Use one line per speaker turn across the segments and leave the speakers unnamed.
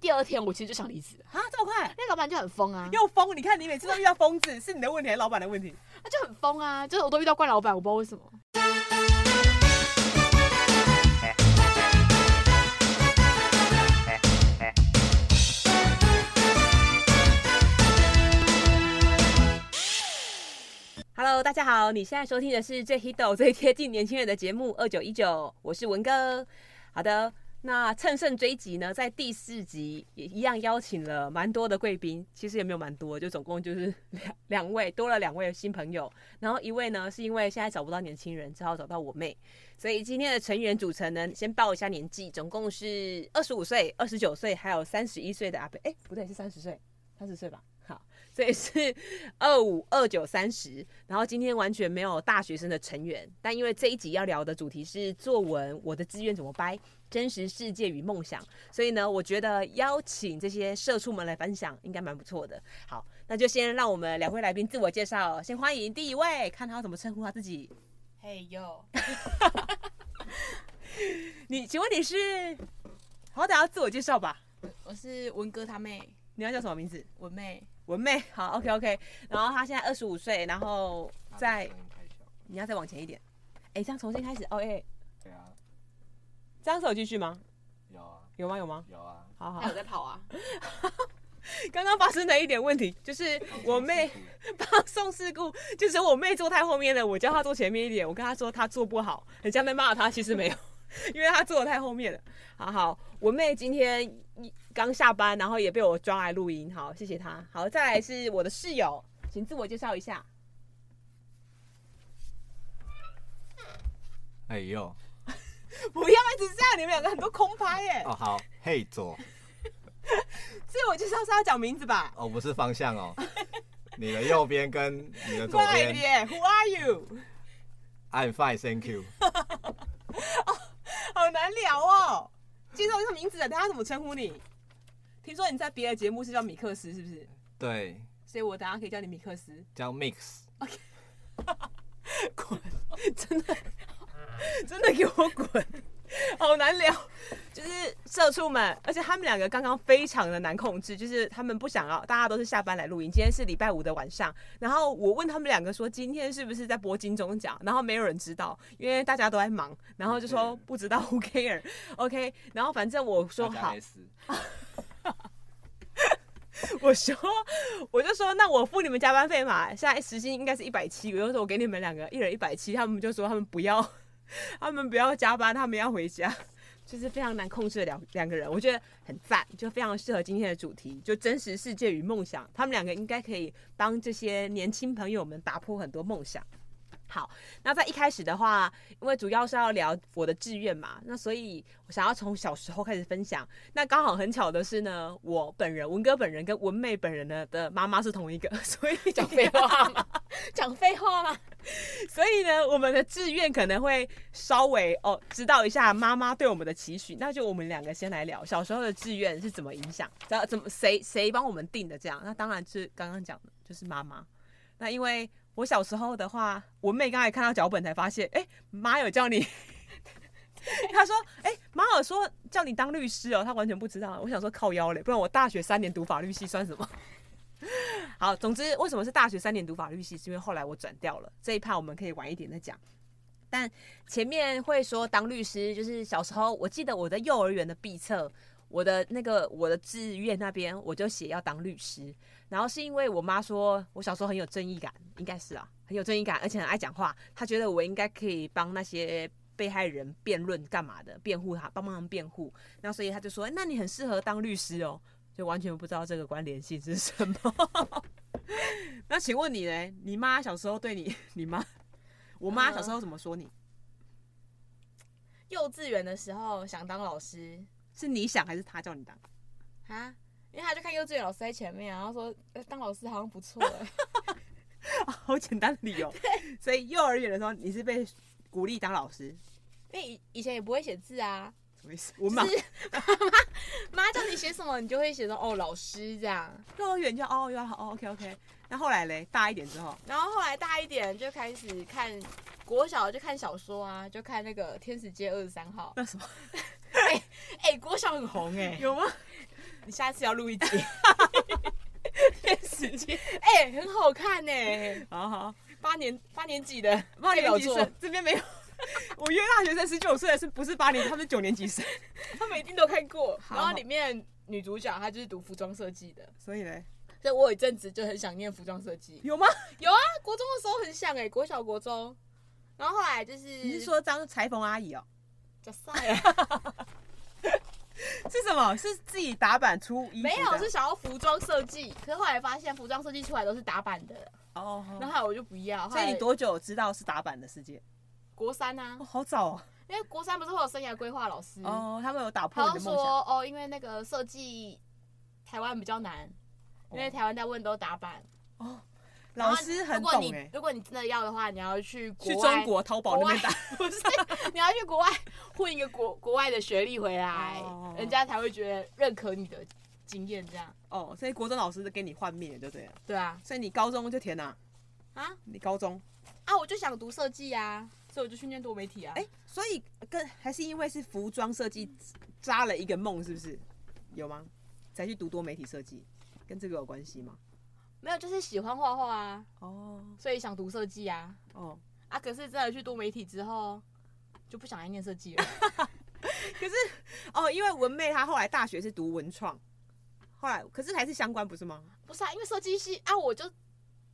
第二天我其实就想离职了，
啊，这么快
那老板就很疯啊，
又疯？你看你每次都遇到疯子，是你的问题还是老板的问题？
他就很疯啊，就是我都遇到怪老板，我不知道为什 么。
Hello，大家好，你现在收听的是最 hit 的最贴近年轻人的节目二九一九，我是文哥。好的，那乘胜追击呢，在第四集也一样邀请了蛮多的贵宾，其实也没有蛮多，就总共就是 两两位，多了两位新朋友，然后一位呢是因为现在找不到年轻人，只好找到我妹，所以今天的成员组成呢，先报一下年纪，总共是二十五岁、二十九岁，还有三十一岁的阿贝，哎、不对，是三十岁，三十岁吧。好，所以是二五、二九、三十，然后今天完全没有大学生的成员，但因为这一集要聊的主题是作文，我的志愿怎么掰，真实世界与梦想，所以呢，我觉得邀请这些社畜们来分享，应该蛮不错的。好，那就先让我们两位来宾自我介绍，先欢迎第一位，看他要怎么称呼他自己。
嘿哟，
你，请问你是？好歹要自我介绍吧，
我是文哥他妹，
你要叫什么名字？
文妹，
文妹，好，OK OK。然后她现在二十五岁，然后在你要再往前一点，哎、这样重新开始哦，哎、
对啊，
这样是有继续吗？
有啊，
有吗？有吗？
有啊。
好好
还，有在跑啊，
刚刚发生了一点问题，就是我妹 放送事故，就是我妹坐太后面了，我叫她坐前面一点，我跟她说她坐不好，人家在骂她，其实没有， 因为她坐的太后面了。好好，我妹今天一刚下班，然后也被我抓来录音，好，谢谢她。好，再来是我的室友，请自我介绍一下。
哎呦，
不要一直这样，你们两个很多空拍耶。
哦好，嘿左，
自我介绍是要讲名字吧？
哦不是方向哦，你的右边跟你的左
快
边。
点，Who are you？
I'm fine, thank you。
好难聊哦。介绍一下名字，大家怎么称呼你？听说你在别的节目是叫米克斯，是不是？
对，
所以我等下可以叫你米克斯。
叫 Mix。
滚！真的，真的给我滚！好难聊，就是社畜们，而且他们两个刚刚非常的难控制，就是他们不想要，大家都是下班来录音。今天是礼拜五的晚上，然后我问他们两个说今天是不是在播金钟奖，然后没有人知道，因为大家都在忙，然后就说不知道，who care？OK，、然后反正我说
大家
好
没，事
我说，我就说，那我付你们加班费嘛，现在时薪应该是一百七，我就说我给你们两个一人一百七，他们就说他们不要， 他们不要加班，他们要回家， 就是非常难控制的两两个人，我觉得很赞，就非常适合今天的主题，就真实世界与梦想，他们两个应该可以帮这些年轻朋友们打破很多梦想。好，那在一开始的话，因为主要是要聊我的志愿嘛，那所以我想要从小时候开始分享。那刚好很巧的是呢，我本人文哥本人跟文妹本人呢的妈妈是同一个，所以
讲废话嘛，讲废话嘛。
所以呢，我们的志愿可能会稍微哦知道一下妈妈对我们的期许。那就我们两个先来聊小时候的志愿是怎么影响，然后怎么谁谁帮我们定的这样。那当然是刚刚讲的，就是妈妈。那因为我小时候的话，我妹刚才看到脚本才发现，哎、妈有叫你。 她说：“哎、妈有说叫你当律师哦，她完全不知道。”我想说靠腰嘞，不然我大学三年读法律系算什么？好，总之为什么是大学三年读法律系，是因为后来我转掉了这一趴，我们可以晚一点再讲。但前面会说当律师，就是小时候我记得我在幼儿园的毕册，我的那个我的志愿那边我就写要当律师，然后是因为我妈说我小时候很有正义感，应该是啊，很有正义感，而且很爱讲话，她觉得我应该可以帮那些。被害人辩论干嘛的？辩护他，帮忙他们辩护。那所以她就说：“那你很适合当律师哦。”就完全不知道这个关联性是什么。 那请问你呢？你妈小时候对你，你妈，我妈小时候怎么说你？
幼稚园的时候想当老师
是你想还是她叫你当？
啊，因为他就看幼稚园老师在前面，然后说、呃当老师好像不错欸
好简单的理 由。所以幼儿园的时候你是被鼓励当老师，
因为以以前也不会写字啊，
什么意思？我
就
妈
是妈妈叫你写什么，你就会写说哦老师这样，
幼儿园就哦，要哦，OK OK。那后来嘞，大一点之后，
然后后来大一点就开始看。国小就看小说啊，就看那个《天使街二十三号》
那什么欸
哎、国小很红哎、
有吗？你下次要录一 集，时间，
哎、很好看呢、
好好，
八年八年级的
八
代表
年级
作，
生这边没有。 我约大学生十九岁的是不是八年级？他们是九年级生，
他们一定都看过。
好
然后里面女主角她就是读服装设计的，
所以呢，
所以我有一阵子就很想念服装设计。
有吗？
有啊，国中的时候很想哎、国小国中，然后后来就是
你是说当裁缝阿姨哦、
假赛啊？
是什么？是自己打板出衣服的？
没有，是想要服装设计，可是后来发现服装设计出来都是打版的，
哦。
然后后来我就不要。
所以你
后来
多久知道是打板的世界？
国三啊
哦，，好早哦。
因为国三不是会有生涯规划老师，
哦，他们有打破
他
你
就
的梦想。
说哦，因为那个设计台湾比较难，
哦
因为台湾大部分都打版。
老师很
如果
懂
你
哎，
如果你真的要的话，你要去国
去
外
中国淘宝那边打。
不是， 你要去国外混一个国国外的学历回来
哦，
人家才会觉得认可你的经验，这样
哦，所以国中老师给你换面就这样。
对啊
所以你高中就填哪？
啊
你高中
啊！我就想读设计啊，所以我就去念多媒体啊。
哎、所以跟还是因为是服装设计扎了一个梦，是不是？有吗？才去读多媒体设计，跟这个有关系吗？
没有，就是喜欢画画啊，
哦
所以想读设计啊
哦，
啊！可是真的去多媒体之后，就不想来念设计了。
可是哦，因为文妹她后来大学是读文创，后来可是还是相关不是吗？
不是啊，因为设计系啊，我就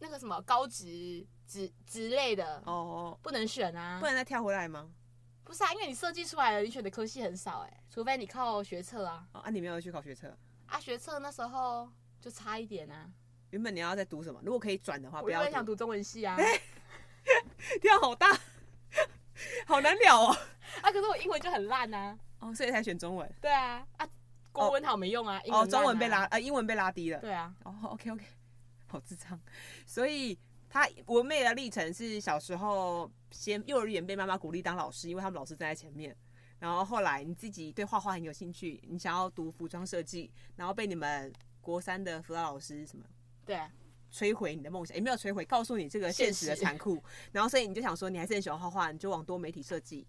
那个什么高职职职类的
哦，
不能选啊
不，然再跳回来吗？
不是啊，因为你设计出来了，你选的科系很少哎、除非你靠学测啊。
哦、啊，你没有去考学车，
啊，学测那时候就差一点啊，
原本你要再读什么？如果可以转的话，
我
不
原
要
本想读中文系啊，
跳好大， 好难聊哦。
啊，可是我英文就很烂啊，
哦，所以才选中文。
对啊，啊，国文好没用啊，英文、
哦，中文被拉，，呃，英文被拉低了。
对啊，
哦，OK OK，好智障。所以他我妹的历程是小时候先幼儿园被妈妈鼓励当老师，因为他们老师站在前面。然后后来你自己对画画很有兴趣，你想要读服装设计，然后被你们国三的辅导老师什么
对啊，
摧毁你的梦想，也没有摧毁，告诉你这个现实的残酷。然后所以你就想说，你还是很喜欢画画，你就往多媒体设计。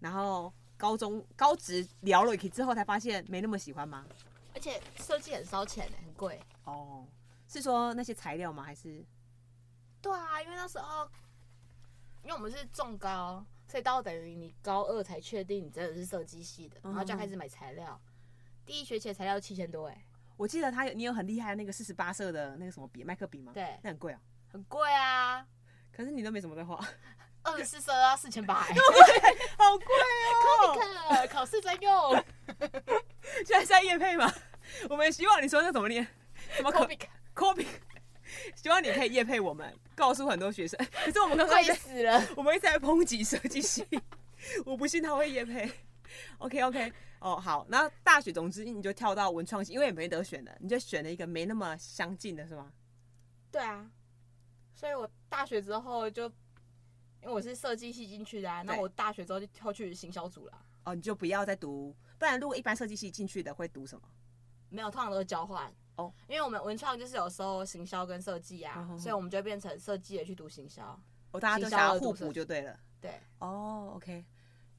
然后高中高职聊了之后，才发现没那么喜欢吗？
而且设计很烧钱、欸，很贵，
哦，是说那些材料吗？还是
对啊，因为那时候，因为我们是重高，所以到等于你高二才确定你真的是设计系的，然后就开始买材料，第一学期的材料七千多、欸，哎，
我记得他有你有很厉害的那个四十八色的那个什么笔麦克笔吗？，
对，
那很贵啊。
很贵啊，
可是你都没什么在画，
二十四色要四千 八，
好贵哦！
课考试在 用，
现在是在夜配吗？ 我们希望你说那怎么念？什么可
Comic
copy？希望你可以夜配我们，告诉很多 学生。可是我们刚刚
贵
一直在
死了。
我们一直在抨击设计系， 我不信他会夜配。OK OK，哦好，那大学总之你就跳到文创系，因为也没得选了，你就选了一个没那么相近的是吗？
对啊，所以我大学之后就，因为我是设计系进去的、啊，那
对
我大学之后就跳去行销组啊啦。
哦，你就不要再读，不然如果一般设计系进去的会读什么？
没有，通常都是交换
哦，
因为我们文创就是有时候行销跟设计啊，
哦
所以我们就会变成设计的去读行销。
哦，大家都
行销
想要
二度
互
设
补
计
就对了。
对
哦，OK，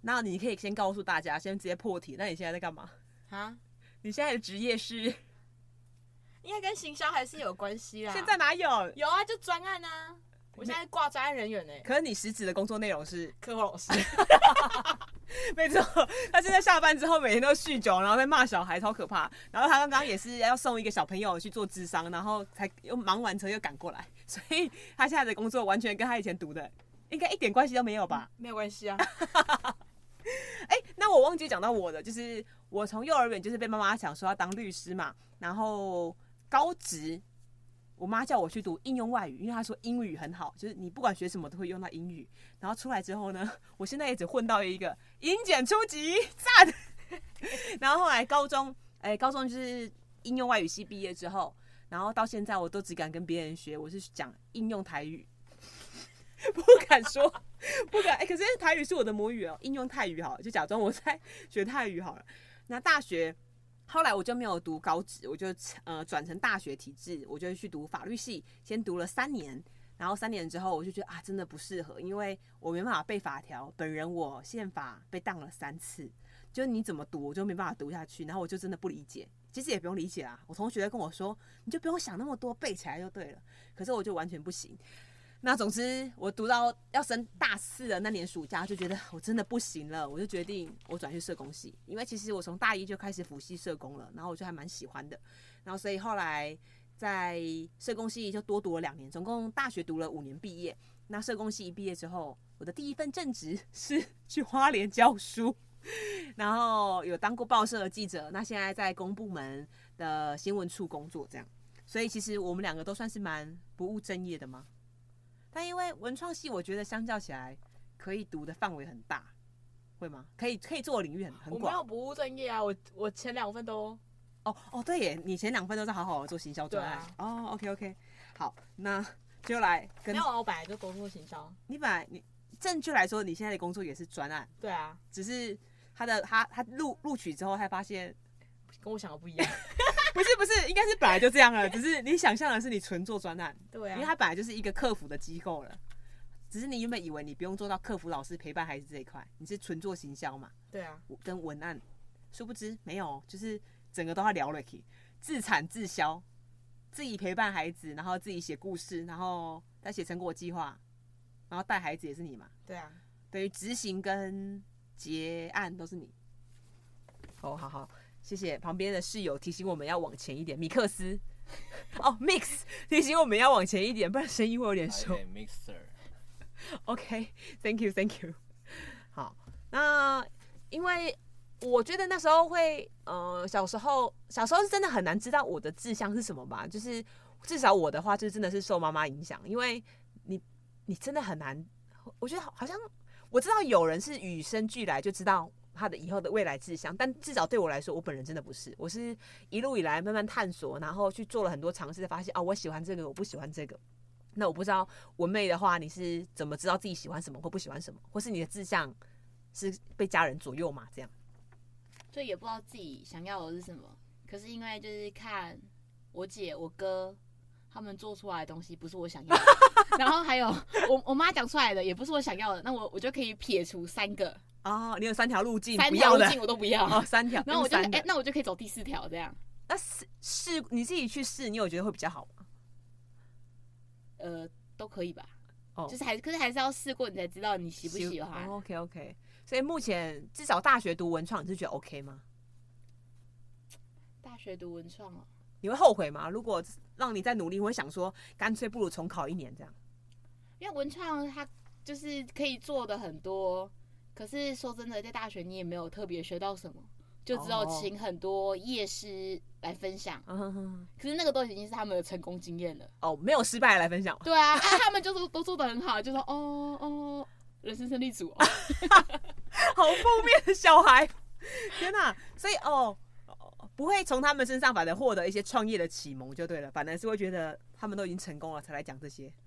那你可以先告诉大家，先直接破题。那你现在在干嘛？
啊，
你现在的职业是？
应该跟行销还是有关系啦。
现在哪有？
有啊，就专案啊，我现在挂专案人员 呢、欸，
可是你实质的工作内容是，
科老师。
没错，他现在下班之后每天都酗酒，然后在骂小孩，超可怕。然后他刚刚也是要送一个小朋友去做智商，然后才又忙完车又赶过来，所以他现在的工作完全跟他以前读的应该一点关系都没有吧？
没有 关系啊，
哎、那我忘记讲到我的，就是我从幼儿园就是被妈妈想说要当律师嘛，然后高职，我妈叫我去读应用外语，因为她说英语很好，就是你不管学什么都会用到英语。然后出来之后呢，我现在也只混到一个英检初级， 赞。然后后来高中，哎、高中就是应用外语系毕业之后，然后到现在我都只敢跟别人学，我是讲应用台语， 不敢说。 不敢。哎、可是台语是我的母语哦，应用泰语好了，就假装我在学泰语好了。那大学后来我就没有读高职，我就呃转成大学体制，我就去读法律系，先读了三年。然后三年之后，我就觉得啊，真的不适合，因为我没办法背法条。本人我宪法被当了三次，就是你怎么读，我就没办法读下去。然后我就真的不理解，啊其实也不用理解啦。啊我同学在跟我说，你就不用想那么多，背起来就对了。可是我就完全不行。那总之，我读到要升大四的那年暑假，就觉得我真的不行了，我就决定我转去社工系，因为其实我从大一就开始辅系社工了，然后我就还蛮喜欢的，然后所以后来在社工系就多读了两年，总共大学读了五年，毕业。那社工系一毕业之后，我的第一份正职 是去花莲教书，然后有当过报社的记者，那现在在公部门的新闻处工作，这样。所以其实我们两个都算是蛮不务正业的嘛。但因为文创系，我觉得相较起来可以读的范围很大，会吗？可以可以做的领域很很
我没
广
有。不务正业啊，我我前两份都
哦哦，对耶，你前两份都是好好的做行销专案。
对啊
哦，OK OK，好，那就来跟
没有啊，我本来就工作行销。
你本来你正确来说，你现在的工作也是专案，
对啊，
只是他的他他录录取之后，他发现
跟我想的不一样。
不是不是，应该是本来就这样了，只是你想象的是你纯做专案，
对啊
因为它本来就是一个客服的机构了。只是你原本以为你不用做到客服老师陪伴孩子这一块，你是纯做行销嘛，
对啊，
跟文案，殊不知没有，就是整个都要聊了去，自产自销，自己陪伴孩子，然后自己写故事，然后再写成果计划，然后带孩子也是你嘛，
对啊，
等于执行跟结案都是你。哦，好好，谢谢旁边的室友提醒我们要往前一点，米克斯。 哦，Mix 提醒我们要往前一点，不然声音会有点收
I。am mixer，
OK，Thank、you，Thank you。好，那因为我觉得那时候会，呃，小时候小时候是真的很难知道我的志向是什么吧，就是至少我的话，就真的是受妈妈影响，因为你你真的很难，我觉得好好像我知道有人是与生俱来就知道。他的以后的未来志向，但至少对我来说，我本人真的不是。我是一路以来慢慢探索，然后去做了很多尝试，才发现哦，我喜欢这个，我不喜欢这个。那我不知道文妹的话，你是怎么知道自己喜欢什么或不喜欢什么，或是你的志向是被家人左右嘛？这样
就也不知道自己想要的是什么。可是因为就是看我姐、我哥他们做出来的东西不是我想要的， 然后还有我我妈讲出来的也不是我想要的，那我我就可以撇除三个，
哦，你有三条路径，
三
不
条
要
路
的
径我都不要。
哦，三条，
然后我就
用
哎
三、的
诶那我就可以走第四条这样。
那试试你自己去试，你有觉得会比较好吗？
呃，都可以吧。
哦
就是还可是还是要试过，你才知道你喜不喜欢。
o k OK，所以目前至少大学读文创，你是觉得 OK 吗？
大学读文创哦，
你会后悔吗？如果让你再努力，会想说干脆不如重考一年这样。
因为文创它就是可以做的很多，可是说真的，在大学你也没有特别学到什么，就只有
哦
请很多业师来分享。
嗯哼哼
可是那个都已经是他们的成功经 验了。
哦，没有失败来分享吗。
对啊，啊他们就是都做的很好，就说哦哦，人生胜利组、哦。
好负面的小孩， 天哪、所以哦，哦不会从他们身上反而获得一些创业的启蒙就对了，反而是会觉得他们都已经成功了才来讲这些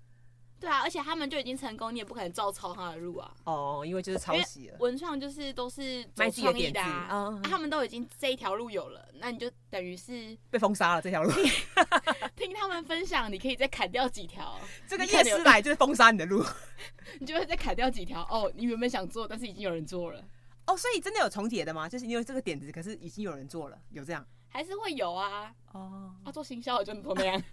对啊，而且他们就已经成功，你也不可能照抄他的路啊。
哦，因为就是抄袭了。
文创就是都是走
卖自己的
创意
点子
啊，
嗯嗯嗯
啊他们都已经这一条路有了，那你就等于是
被封杀了这条 路，
听他们分享，你可以再砍掉几条，
这个
你
夜
看有
市来就是封杀你的路
你就会再砍掉几条。哦，你原本想做，但是已经有人做了，
哦，所以真的有重叠的吗？就是你有这个点子，可是已经有人做了，有这样
还是会有啊。
哦
啊，做行销的就都那样。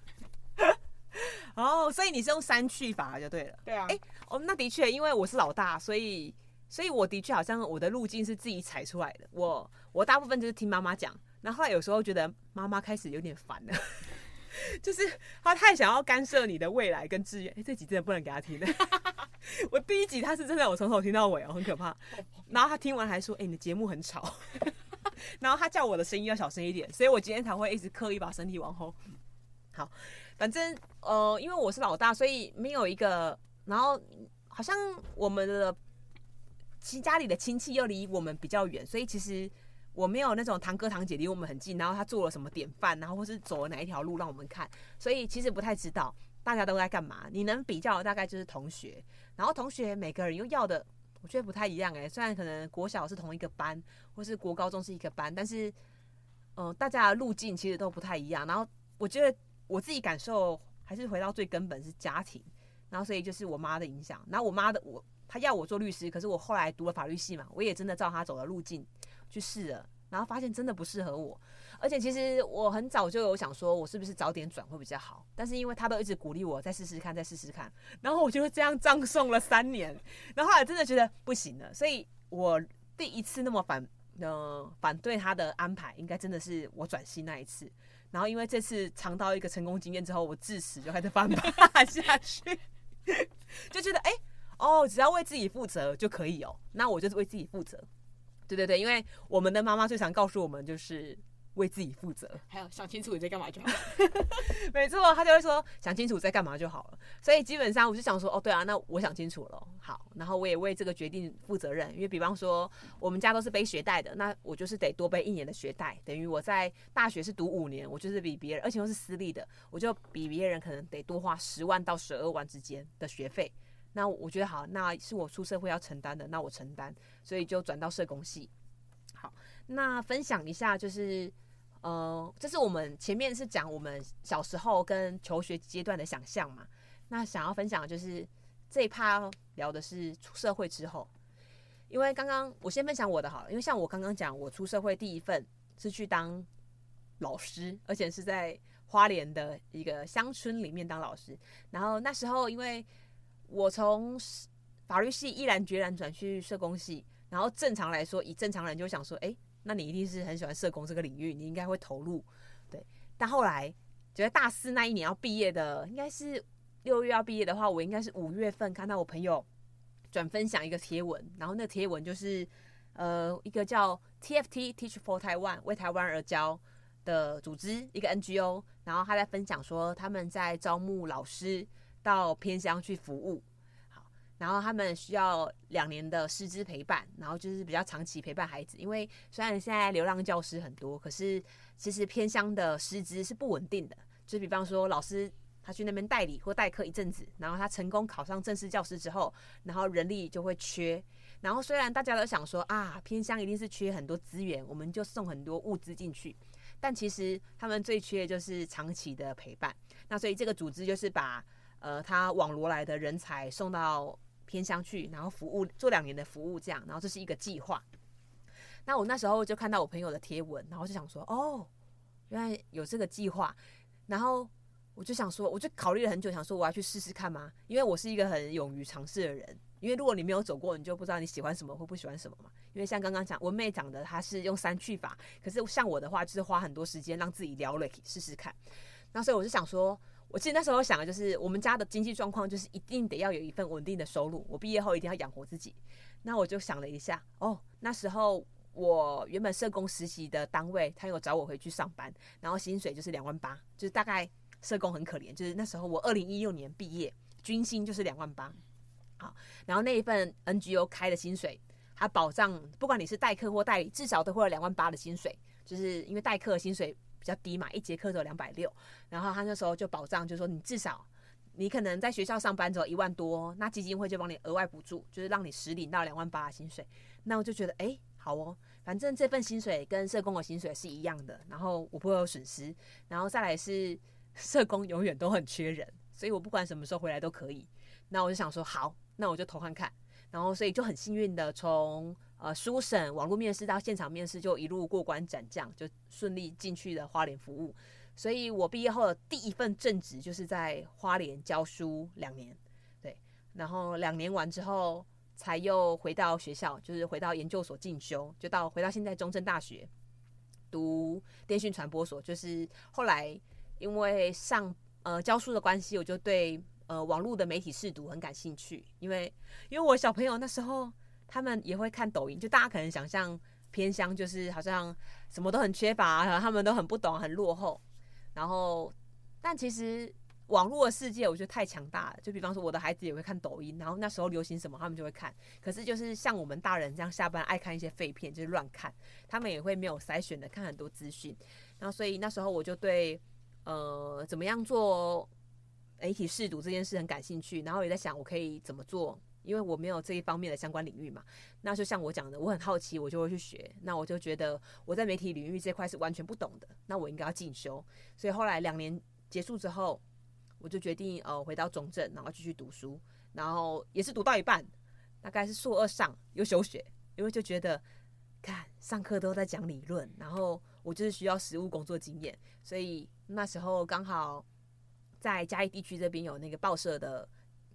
哦，所以你是用删去法就对了。
对啊
哎哦，那的确，因为我是老大，所以所以我的确好像我的路径是自己踩出来的。我我大部分就是听妈妈讲，然后后来有时候觉得妈妈开始有点烦了， 就是她太想要干涉你的未来跟志愿。哎、这集真的不能给她听的。 我第一集她是真的，我从头听到尾哦，很可怕。然后她听完还说：“哎、你的节目很吵。” 然后她叫我的声音要小声一点，所以我今天才会一直刻意把身体往后。好，反正呃，因为我是老大，所以没有一个，然后好像我们的亲家里的亲戚又离我们比较远，所以其实我没有那种堂哥堂姐离我们很近，然后他做了什么典范，然后或是走了哪一条路让我们看，所以其实不太知道大家都在干嘛。你能比较的大概就是同学，然后同学每个人又要的。我觉得不太一样哎、虽然可能国小是同一个班，或是国高中是一个班，但是，呃，大家的路径其实都不太一样。然后我觉得我自己感受还是回到最根本是家庭，然后所以就是我妈的影响。然后我妈的我，她要我做律师，可是我后来读了法律系嘛，我也真的照她走的路径去试了，然后发现真的不适合我。而而且其实我很早就有想说，我是不是早点转会比较好？但是因为他都一直鼓励我再试试看，再试试看，然后我就这样葬送了三年。然后后来真的觉得不行了，所以我第一次那么反，呃，反对他的安排，应该真的是我转系那一次。然后因为这次尝到一个成功经验之后，我自此就开始反叛下去，就觉得哎、哦，只要为自己负责就可以哦，那我就是为自己负责。对对对，因为我们的妈妈最常告诉我们就是为自己负责，
还有想清楚你在干嘛就好。
没错，他就会说想清楚在干嘛就好了。所以基本上我就想说，哦，对啊，那我想清楚了，好，然后我也为这个决定负责任。因为比方说我们家都是背学贷的，那我就是得多背一年的学贷，等于我在大学是读五年，我就是比别人，而且又是私立的，我就比别人可能得多花十万到十二万之间的学费。那我觉得好，那是我出社会要承担的，那我承担，所以就转到社工系。好，那分享一下就是呃，这是我们前面是讲我们小时候跟求学阶段的想象嘛。那想要分享的就是这一趴要聊的是出社会之后，因为刚刚我先分享我的好了，因为像我刚刚讲，我出社会第一份是去当老师，而且是在花莲的一个乡村里面当老师。然后那时候因为我从法律系毅然决然转去社工系，然后正常来说，以正常人就想说，哎、那你一定是很喜欢社工这个领域，你应该会投入。对，但后来觉得大四那一年要毕业的，应该是六月要毕业的话，我应该是五月份看到我朋友转分享一个贴文，然后那个贴文就是呃一个叫 TFT Teach for Taiwan 为台湾而教的组织，一个 NGO，然后他在分享说他们在招募老师到偏乡去服务。好，然后他们需要两年的师资陪伴，然后就是比较长期陪伴孩子，因为虽然现在流浪教师很多，可是其实偏乡的师资是不稳定的。就比方说，老师他去那边代理或代课一阵子，然后他成功考上正式教师之后，然后人力就会缺。然后虽然大家都想说啊，偏乡一定是缺很多资源，我们就送很多物资进去，但其实他们最缺的就是长期的陪伴。那所以这个组织就是把呃他网罗来的人才送到偏乡去，然后服务做两年的服务这样，然后这是一个计划。那我那时候就看到我朋友的贴文，然后就想说，哦，原来有这个计划，然后我就想说，我就考虑了很久，想说我要去试试看嘛，因为我是一个很勇于尝试的人。因为如果你没有走过，你就不知道你喜欢什么或不喜欢什么嘛。因为像刚刚讲文妹讲的，她是用删去法，可是像我的话，就是花很多时间让自己聊了试试看。那所以我就想说，我记得那时候想的就是，我们家的经济状况就是一定得要有一份稳定的收入，我毕业后一定要养活自己。那我就想了一下，哦，那时候我原本社工实习的单位，他有找我回去上班，然后薪水就是两万八，就是大概社工很可怜，就是那时候我二零一六年毕业，军薪就是两万八，好，然后那一份 NGO 开的薪水，它保障不管你是代课或代理，至少都会有两万八的薪水，就是因为代课的薪水比较低嘛，一节课只有两百六，然后他那时候就保障，就是说你至少你可能在学校上班只有一万多，那基金会就帮你额外补助，就是让你实领到两万八的薪水。那我就觉得，哎、好哦，反正这份薪水跟社工的薪水是一样的，然后我不会有损失，然后再来是社工永远都很缺人，所以我不管什么时候回来都可以。那我就想说，好，那我就投看看。然后，所以就很幸运的从呃书审、网络面试到现场面试，就一路过关斩将，就顺利进去了花莲服务。所以我毕业后的第一份正职就是在花莲教书两年，对，然后两年完之后才又回到学校，就是回到研究所进修，就到回到现在中正大学读电讯传播所，就是后来因为上呃教书的关系，我就对呃网络的媒体试读很感兴趣，因为因为我小朋友那时候他们也会看抖音，就大家可能想象偏乡就是好像什么都很缺乏，然后他们都很不懂、很落后，然后但其实。网络的世界我觉得太强大了，就比方说我的孩子也会看抖音，然后那时候流行什么他们就会看，可是就是像我们大人这样下班爱看一些废片，就是乱看，他们也会没有筛选的看很多资讯，然后所以那时候我就对呃，怎么样做媒体试读这件事很感兴趣，然后也在想我可以怎么做，因为我没有这一方面的相关领域嘛。那就像我讲的，我很好奇，我就会去学。那我就觉得我在媒体领域这块是完全不懂的，那我应该要进修。所以后来两年结束之后，我就决定呃回到中正，然后继续读书，然后也是读到一半，大概是硕二上又休学，因为就觉得看上课都在讲理论，然后我就是需要实务工作经验，所以那时候刚好在嘉义地区这边有那个报社的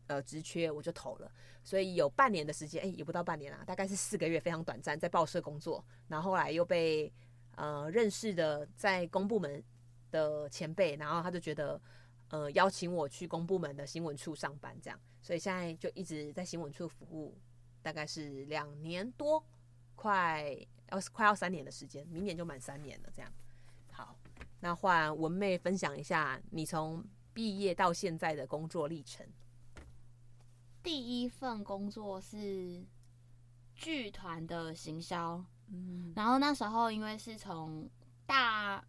呃职缺，我就投了，所以有半年的时间，哎、也不到半年啦，大概是四个月，非常短暂，在报社工作，然后后来又被呃认识的在公部门的前辈，然后他就觉得呃邀请我去公部门的新闻处上班，这样，所以现在就一直在新闻处服务，大概是两年多，快要快要三年的时间，明年就满三年了，这样。好，那换文妹分享一下你从毕业到现在的工作历程。
第一份工作是剧团的行销，
嗯，
然后那时候因为是从大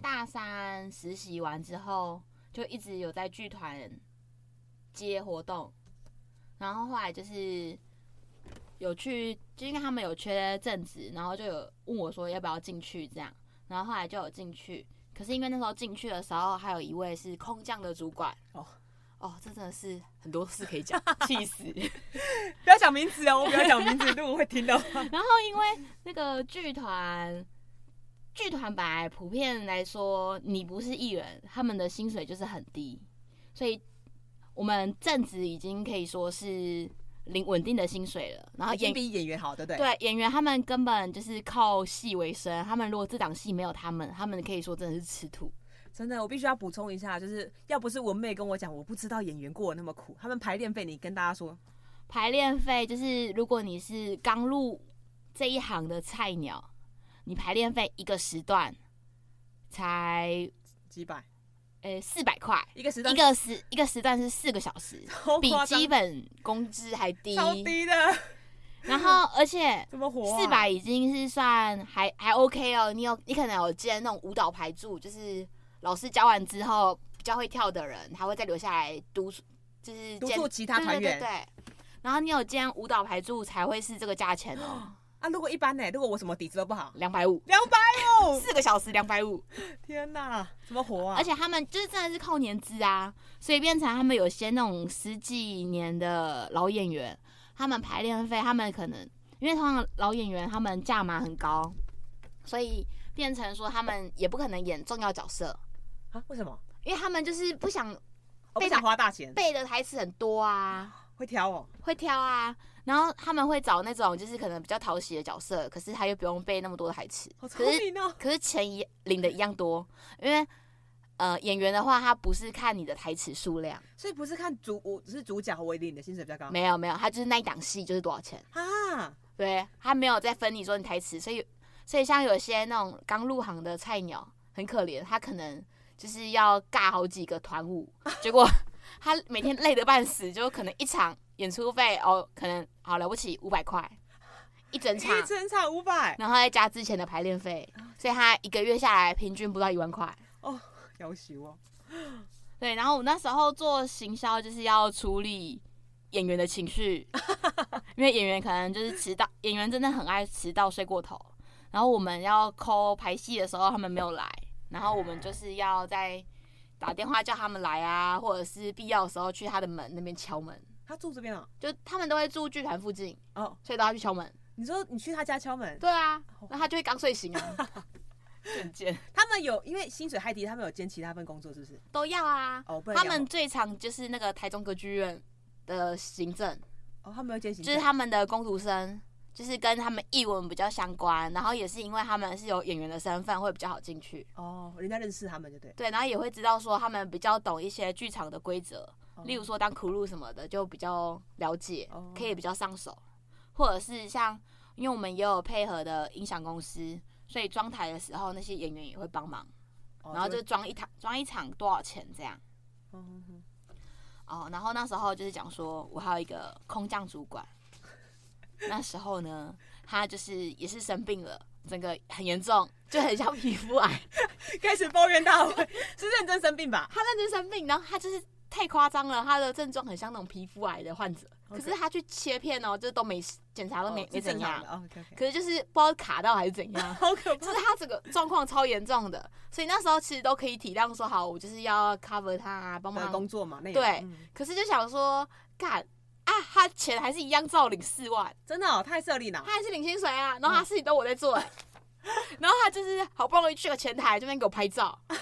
大三实习完之后，就一直有在剧团接活动，然后后来就是有去，就因为他们有缺正职，然后就有问我说要不要进去这样，然后后来就有进去。可是因为那时候进去的时候，还有一位是空降的主管
哦
哦，这真的是很多事可以讲，气死！
不要讲名字哦，我不要讲名字， 如果会听 到。
然后因为那个剧团，剧团本来普遍来说，你不是艺人，他们的薪水就是很低，所以我们正职已经可以说是零稳定的薪水了。然后
已经
演
比演员好，对不对？，
对演员他们根本就是靠戏为生，他们如果这档戏没有他们，他们可以说真的是吃土。
真的，我必须要补充一下，就是要不是文妹跟我讲，我不知道演员过得那么苦。他们排练费，你跟大家说，
排练费就是，如果你是刚入这一行的菜鸟，你排练费一个时段才
几百
呃四百块，
一个时段，
一个时一个时段是四个小时，
超
比
夸张
基本工资还低。
超低的，
然后 而且
怎么活、啊？
四百已经是算还还 OK 哦，你有你可能有接那种舞蹈排助，就是老师教完之后比较会跳的人，他会再留下来督促，就是
督
监
促其他团员
对对对对然后你有兼舞蹈排助才会是这个价钱哦，
啊！如果一般呢、如果我什么底子都不好，
两百五，
两百哦！
四个小时两百五。
天哪，怎么活啊？
而且他们就是真的是扣年资啊，所以变成他们有些那种十几年的老演员，他们排练费，他们可能因为通常老演员他们价码很高，所以变成说他们也不可能演重要角色，
啊，为什么？
因为他们就是不想
我不
被
想
打
花大钱，
背的台词很多啊，
会挑哦。
会挑啊，然后他们会找那种就是可能比较讨喜的角色，可是他又不用背那么多的台词，
好聪
可是
明哦！
可是钱一领的一样多，因为呃演员的话，他不是看你的台词数量。
所以不是看主，我只是主角，我一定你的薪水比较高
没有没有，他就是那一档戏就是多少钱，
啊。
对他没有再分你说你台词，所以所以像有些那种刚入行的菜鸟很可怜，他可能就是要尬好几个团舞，结果他每天累得半死，就可能一场演出费哦，可能好了不起五百块一整场，
一整场五百，
然后再加之前的排练费，所以他一个月下来平均不到一万块。
要求哦。
对，然后我那时候做行销就是要处理演员的情 绪，因为演员可能就是迟到，演员真的很爱迟到、睡过头。然后我们要抠排戏的时候，他们没有来，然后我们就是要在打电话叫他们来啊，或者是必要的时候去他的门那边敲门，
他住这边哦。
就他们都会住剧团附近，
哦，
所以都要去敲门。
你说你去他家敲门，
对啊，那他就会刚睡醒啊， 很贱，
他们有因为薪水太低，他们有兼其他份工作，是不是？
都要啊。
哦，不能
他
聊
们最常就是那个台中歌剧院的行政。
哦，他们有兼行
就
政，
是他们的工读生，就是跟他们译文比较相关，然后也是因为他们是有演员的身份，会比较好进去。
哦，人家认识他们就对。
对，然后也会知道说他们比较懂一些剧场的规则，
哦
例如说当 crew 什么的就比较了解
哦，
可以比较上手，或者是像因为我们也有配合的音响公司，所以装台的时候那些演员也会帮忙，
哦
然后
就
就装一场装一场多少钱这样。
嗯嗯嗯
哦，然后那时候就是讲说，我还有一个空降主管，那时候呢，他就是也是生病了，整个很严重，就很像皮肤癌，
开始抱怨大会，是认真生病吧？
他认真生病，然后他就是太夸张了，他的症状很像那种皮肤癌的患者，可是他去切片哦，就都没事检查都没、
哦
没
是
怎
正常
样
的，哦，OK OK，。
可是就是不知道卡到还是怎样
好可怕
就是。他整个状况超严重的，所以那时候其实都可以体谅说好，我就是要 cover 他啊，帮
我们
忙
的工作嘛，那也
对
嗯
可是就想说，干，啊，他钱还是一样照领四万，
真的、哦，他还是有领脑
他，还是领薪水啊，然后他事情都我在做、欸，
嗯
然后他就是好不容易去个前台这边给我拍照，然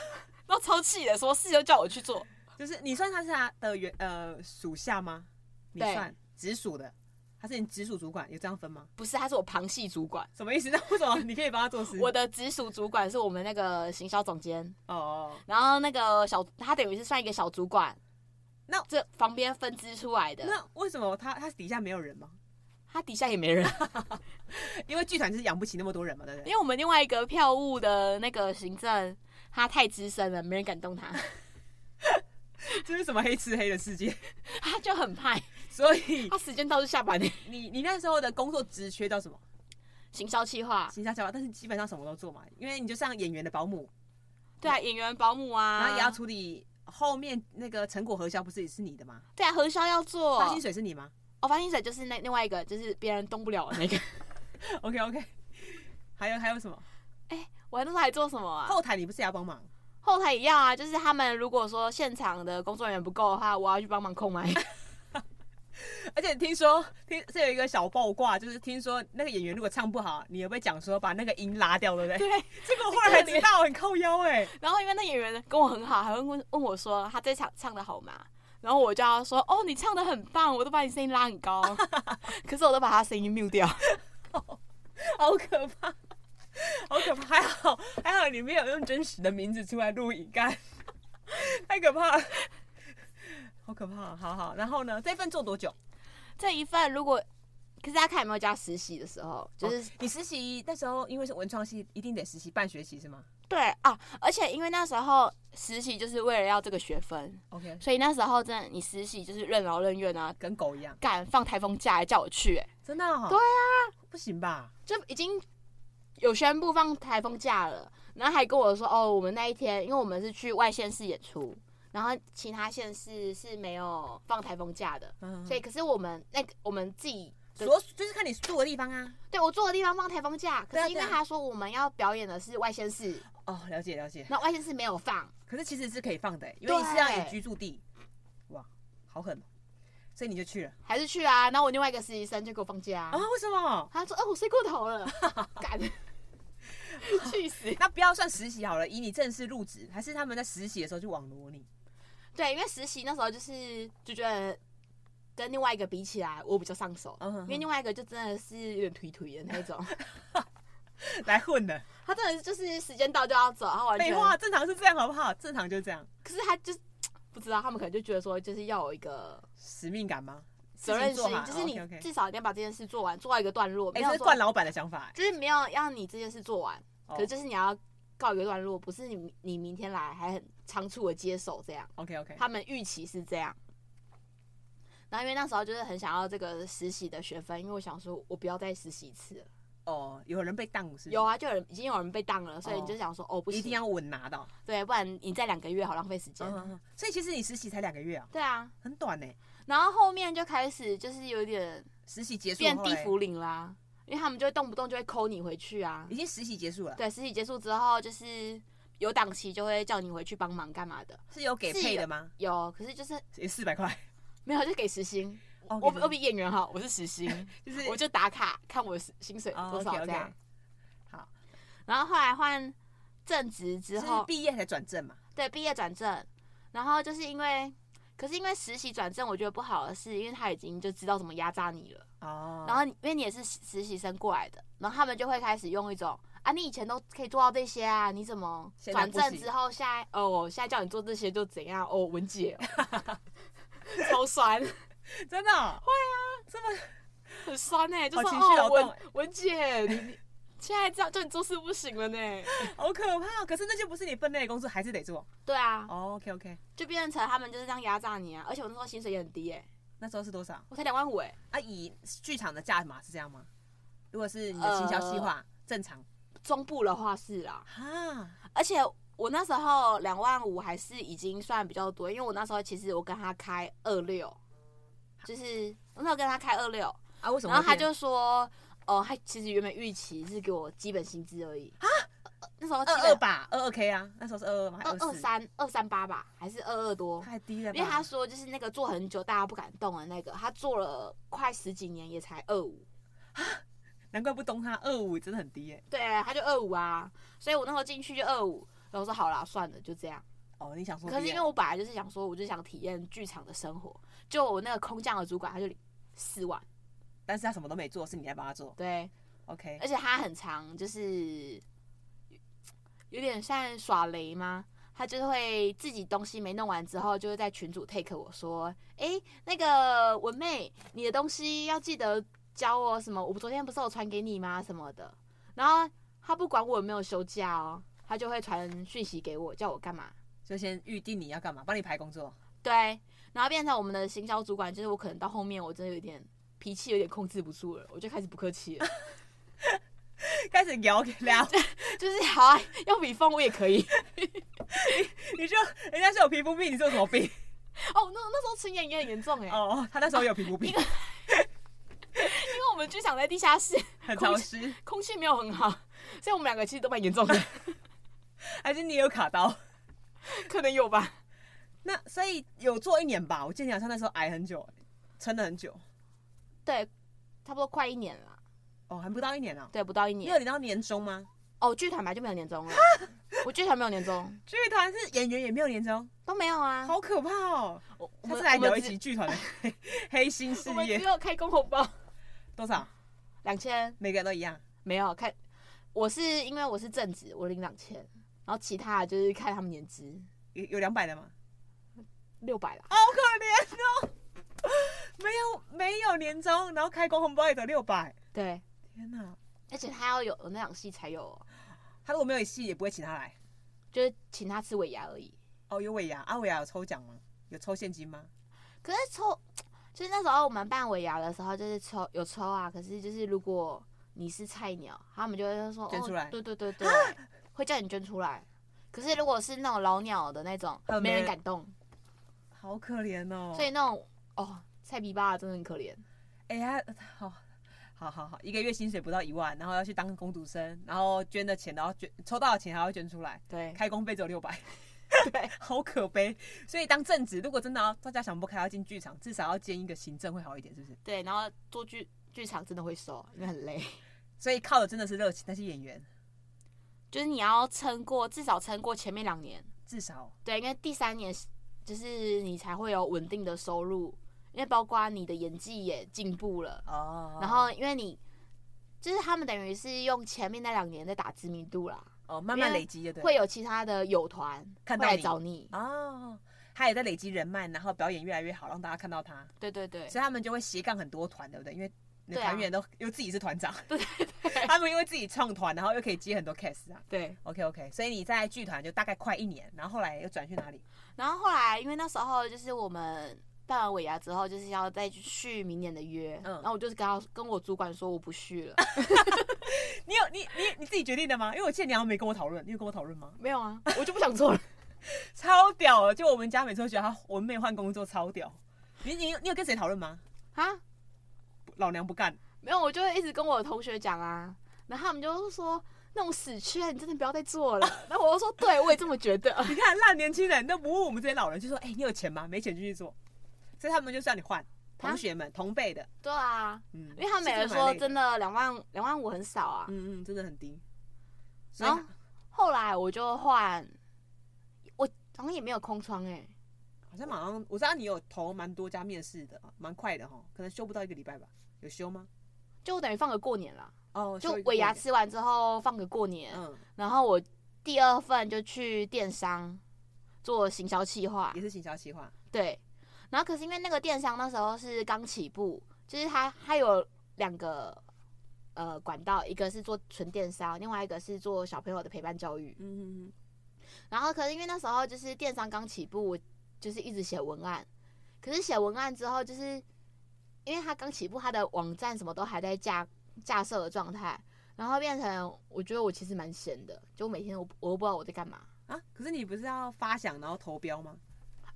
后超气的，什么事都叫我去做，
就是你算他是他的原呃属下吗？你
对
算直属的，他是你直属主管，有这样分吗？
不是，他是我旁系主管，
什么意思？ 那为什么你可以帮他做事？
我的直属主管是我们那个行销总监，
哦哦，
然后那个小他等于是算一个小主管，
那
这旁边分支出来的，
那为什么他他底下没有人吗？
他底下也 没人，
因为剧团就是养不起那么多人嘛，对不
因
对？
为我们另外一个票务的那个行政，他太资深了，没人敢动他，
这是什么黑吃黑的世界？
他就很派，
所以
他时间到就下班的，
你你那时候的工作职缺叫什么？
行销企划，
行销教育，但是基本上什么都做嘛，因为你就像演员的保姆，
对啊，演员保姆啊，
然后也要处理后面那个成果核销，不是也是你的吗？
对啊，核销要做，
发薪水是你吗
哦，发薪水就是那另外一个，就是别人动不了的那个。
？OK OK，还有还有什么？
我那时候还做什么啊？
后台你不是也要帮忙？
后台一样啊，就是他们如果说现场的工作人员不够的话，我要去帮忙控麦。
而且听说听这有一个小爆挂，就是听说那个演员如果唱不好，你也会讲说把那个音拉掉，对不对？
对，
这个我后来才知道，很靠腰哎、
然后因为那演员跟我很好，还会问问我说他这场唱的好吗？然后我就要说哦，你唱的很棒，我都把你声音拉很高， 可是我都把他声音 mute 掉。
好可怕，好可怕！还好还好你没有用真实的名字出来录影干，太可怕了，好可怕！好好，然后呢？这份做多久？
这一份如果可是大家看有没有加实习的时候，就是、
你实习那时候，因为是文创系，一定得实习半学期是吗
对啊，而且因为那时候实习就是为了要这个学分，
？OK，
所以那时候真的你实习就是任劳任怨啊，
跟狗一样，
敢放台风假还叫我去、欸，
真的、哦？
对
啊，不行吧？
就已经有宣布放台风假了，然后还跟我说哦，我们那一天，因为我们是去外县市演出，然后其他县市是没有放台风假的，
嗯，
所以可是我们那个我们自己的
所就是看你住的地方啊。
对我住的地方放台风假，可
对啊
是因为
对啊
他说我们要表演的是外县市，
哦，了解了解。
那外县市没有放，
可是其实是可以放的欸，因为你是要有居住地。哇，好狠、哦！所以你就去了
还是去啊，然后我另外一个实习生就给我放假、
啊？为什么？
他说：“哦，我睡过 头了，干，去死
那不要算实习好了，以你正式入职，还是他们在实习的时候就网罗你？！”
对，因为实习那时候就是就觉得跟另外一个比起来，我比较上手，
嗯哼哼
因为另外一个就真的是有点颓颓的那一 种，
来混的？
他真的是就是时间到就要走，然后完全
废，话，正常是这样好不好？正常就这样，
可是他就是不知道，他们可能就觉得说就是要有一个
使命感吗？
责任
事情做
心，
好
就是你
OK，OK
至少一定要把这件事做完，做到一个段落，没
哎、
有
这是
说
惯老板的想法、欸。
就是没有让你这件事做完，
哦
可是就是你要告一个段落，不是你你明天来还很仓促的接手这样。
OK OK，
他们预期是这样。然后因为那时候就是很想要这个实习的学分，因为我想说我不要再实习一次了。
哦，有人被当是不是
有，啊，就有人已经有人被当了，所以
哦
你就想说哦不行，
一定要稳拿到。
对，不然你再两个月好浪费时间。
嗯嗯嗯所以其实你实习才两个月啊，
对啊，
很短呢、
然后后面就开始就是有点
实习结束
变
后
地
嘞
府领啦，因为他们就会动不动就会扣你回去啊
已。经实习结束了，
对，实习结束之后就是有档期就会叫你回去帮忙干嘛的，
是有给
是
配的吗？
有，可是就是
也四百块。
没有就给时薪。
哦
我
给
我比演员好，我是时薪，
就是
我就打卡看我薪水
哦
多少
OK，OK
这样。
好，
然后后来换正职之
是
后，
毕业才转正嘛？
对毕业转正，然后就是因为，可是因为实习转正，我觉得不好的是，因为他已经就知道怎么压榨你了。
哦，
然后你因为你也是实实习生过来的，然后他们就会开始用一种啊，你以前都可以做到这些啊，你怎么
现在
转
不
正
行
之后现在哦，我现在叫你做这些就怎样哦，文姐哦、超酸，
真的哦、
很酸哎、就
好
说
情绪
哦
劳动
文文姐你。你现在这样叫你做事不行了呢。
好可怕！可是那就不是你分内的工作，还是得做。
对啊，
哦、o k OK，
就变成他们就是这样压榨你啊！而且我那时候薪水也很低哎、
那时候是多少？
我才两万五哎、
啊，以剧场的价码是这样吗？如果是你的行销
呃
计划、正常
中部的话是啦，
啊，
而且我那时候两万五还是已经算比较多，因为我那时候其实我跟他开二六，就是我那时候跟他开二六，
啊，为什么
然
会变？
后他就说，哦、他其实原本预期是给我基本薪资而已啊，那时候
二
基
二
本
吧，二二 K 啊，那时候是二二嘛，还
二二
四，
三二三八吧，还是二二多？
太低了吧，
因为他说就是那个做很久大家不敢动的那个，他做了快十几年也才二五，
难怪不动他二五真的很低耶、
对啊，他就二五啊，所以我那时候进去就二五，然后我说好啦，算了，就这样。
哦，你想说
可是
低耶
因为我本来就是想说，我就想体验剧场的生活，就我那个空降的主管他就领四万，
但是他什么都没做，是你在帮他做
对，
，OK，
而且他很长，就是有点像耍雷吗？他就是会自己东西没弄完之后，就会在群组 take 我说，诶，那个文妹，你的东西要记得教我什么？我昨天不是有传给你吗？什么的。然后他不管我有没有休假哦，他就会传讯息给我，叫我干嘛？
就先预定你要干嘛，帮你排工作，
对，然后变成我们的行销主管，就是我可能到后面我真的有点脾气有点控制不住了，我就开始不客气了，
开始聊聊，
就是 好啊，要比方我也可以。
你就人家是有皮肤病，你是有什么病？
哦，那那时候唇炎也很严重哎、
哦，他那时候有皮肤病，
因为我们剧场在地下室，
很潮湿，
空气没有很好，所以我们两个其实都蛮严重的，
还是你也有卡刀？
可能有吧。
那所以有做一年吧，我记得你好像那时候挨很久，撑了很久，
对，差不多快一年了，
哦，还不到一年啊，
对，不到一
你
年
有。领到年终吗？
哦，剧团本来就没有年终了，我剧团没有年终，
剧团是演员也没有年终，
都没有啊。
好可怕哦！
我
他
我们
是来
我们
聊一
只
起剧团 的黑黑心事
我们只
业，
有开工红包
多少？
两千。
每个人都一样。
没有看，我是因为我是正职，我领两千，然后其他的就是看他们年资，
有有两百的吗？
六百啦。
好可怜哦，没有没有年终，然后开工红包也得六百，
对，
天哪！
而且他要有有那场戏才有哦，
他如果没有戏，也不会请他来。
就是请他吃尾牙而已。
哦，有尾牙，啊尾牙有抽奖吗？有抽现金吗？
可是抽，就是那时候我们办尾牙的时候，就是抽有抽啊，可是就是如果你是菜鸟，他们就会说
捐出来
哦，对对对 对，会叫你捐出来。可是如果是那种老鸟的那种
他，们没
没人
人
敢动，
好可怜哦。
所以那种哦菜皮爸真的很可怜。
哎呀，好，好好好，一个月薪水不到一万，然后要去当工读生，然后捐的钱，然后捐抽到的钱还要捐出来，
对
开工费只有六 百，
对，
好可悲。所以当正职，如果真的要大家想不开要进剧场，至少要兼一个行政会好一点，是不是？
对，然后做剧剧场真的会瘦，因为很累。
所以靠的真的是热情，但是演员
就是你要撑过，至少撑过前面两年，
至少
对，因为第三年是就是你才会有稳定的收入，因为包括你的演技也进步了，
哦，
然后因为你就是他们等于是用前面那两年在打知名度啦，
哦慢慢
因为
累积的，对，
会有其他的友团
看
会
到
来
你
找你，啊
哦，他也在累积人脉，然后表演越来越好，让大家看到他，
对对对
所以他们就会斜杠很多团，对不对？因为那
对啊
团员都又自己是团长， 对对对，他们因为自己创团，然后又可以接很多 case 啊。
对。
OK OK，所以你在剧团就大概快一年，然后后来又转去哪里？
然后后来因为那时候就是我们办完尾牙之后，就是要再续明年的约，
嗯
然后我就是跟他跟我主管说我不续了，
你有你你你自己决定的吗？因为我记得你好像没跟我讨论，你有跟我讨论吗？
没有啊， 我就不想做了。
超屌了！就我们家每次都觉得他文妹换工作超屌。你你你有跟谁讨论吗？
啊，
老娘不干！
没有，我就会一直跟我的同学讲啊，然后他们就说那种死缺，你真的不要再做 了。然后我就说，对我也这么觉 得。
你看烂年轻人都不问我们这些老人，就说：“哎、你有钱吗？没钱就去做。”所以他们就是要你换
他
同学们同辈的，
对啊，
嗯，
因为他们每
也
人说真，的两万两万五很少啊。
嗯嗯，真的很低。所以
然后后来我就换，我好像也没有空窗哎、
好像马上我知道你有投蛮多家面试的，蛮快的哈，可能休不到一个礼拜吧？有休吗？
就等于放个过年啦，
哦，
就
休一个
尾牙
过年，
吃完之后放个过年，
嗯，
然后我第二份就去电商做行销企划
也，是行销企划，
对，然后可是因为那个电商那时候是刚起步，就是它它有两个呃管道，一个是做纯电商，另外一个是做小朋友的陪伴教育。
嗯嗯
然后可是因为那时候就是电商刚起步，我就是一直写文案，可是写文案之后，就是因为它刚起步，它的网站什么都还在架架设的状态，然后变成我觉得我其实蛮闲的，就每天我我都不知道我在干嘛。
嗯啊，可是你不是要发想然后投标吗？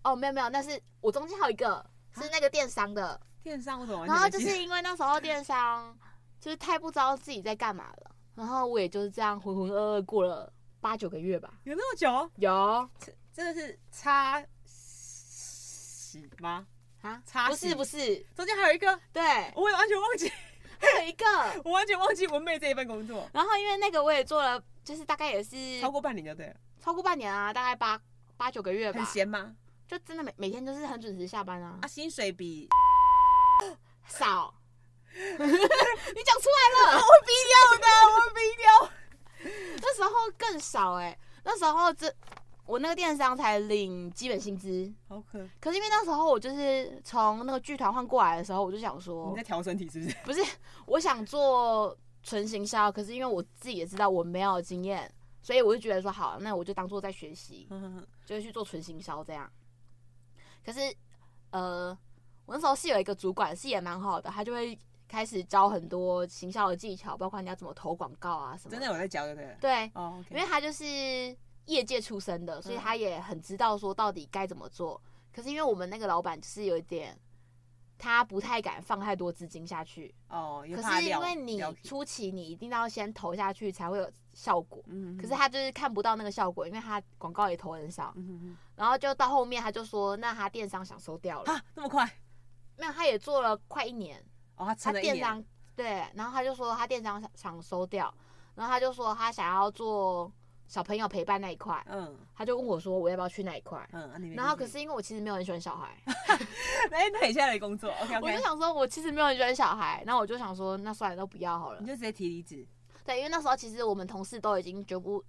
哦，没有没有，那是我中间还有一个是那个电商的。
电商我怎么完
然后
全
就
没记得？
是因为那时候电商就是太不知道自己在干嘛了，然后我也就是这样浑浑噩噩过了八九个月吧，
有那么久？
有啊，
真的是擦洗吗？擦
啊不是不
是，
是，
中间还有一个，
对，
我完全忘记，
还有一个，
我完全忘记文妹这一份工作，
然后因为那个我也做了，就是大概也是
超过半年就对了。
超过半年啊，大概八八九个月吧
很，闲吗？
就真的每每天都是很准时下班啊
啊，，薪水比
少。 你讲出来了， 那时候更少哎、那时候这我那个电商才领基本薪资，
好可。
可是因为那时候我就是从那个剧团换过来的时候，我就想
你
说
在，调身体是不 是？
不是我想做纯行销，可是因为我自己也知道我没有经验，所以我就觉得说好，啊那我就当做在学习，
嗯，
就是去做纯行销这样。可是呃，我那时候是有一个主管是也蛮好的，他就会开始教很多行销的技巧，包括你要怎么投广告啊什么
真的有在教就对了。
对，
哦，OK，
因为他就是业界出身的，
嗯
所以他也很知道说到底该怎么做。可是因为我们那个老板就是有一点，他不太敢放太多资金下去。
哦，又
可
怕
是因
料
为你
料皮
初期你一定要先投下去才会有效果，
嗯，
可是他就是看不到那个效果，因为他广告也投很少。
嗯
然后就到后面他就说，那他电商想收掉了，
啊，那么快
没有，他也做了快一年，
哦，他
他
撑了一
电
年，
商对，然后他就说他电商想想收掉，然后他就说他想要做小朋友陪伴那一块。
嗯
他就问我说我要不要去那一块，
嗯，啊你没
然后
进
可
去
是因为我其实没有很喜欢小孩，
哎，那你现在的工作，OK
我就
OK，
想说我其实没有很喜欢小孩，然后我就想说那算了，都不要好了
你。就直接提离职
对，因为那时候其实我们同事都已经决不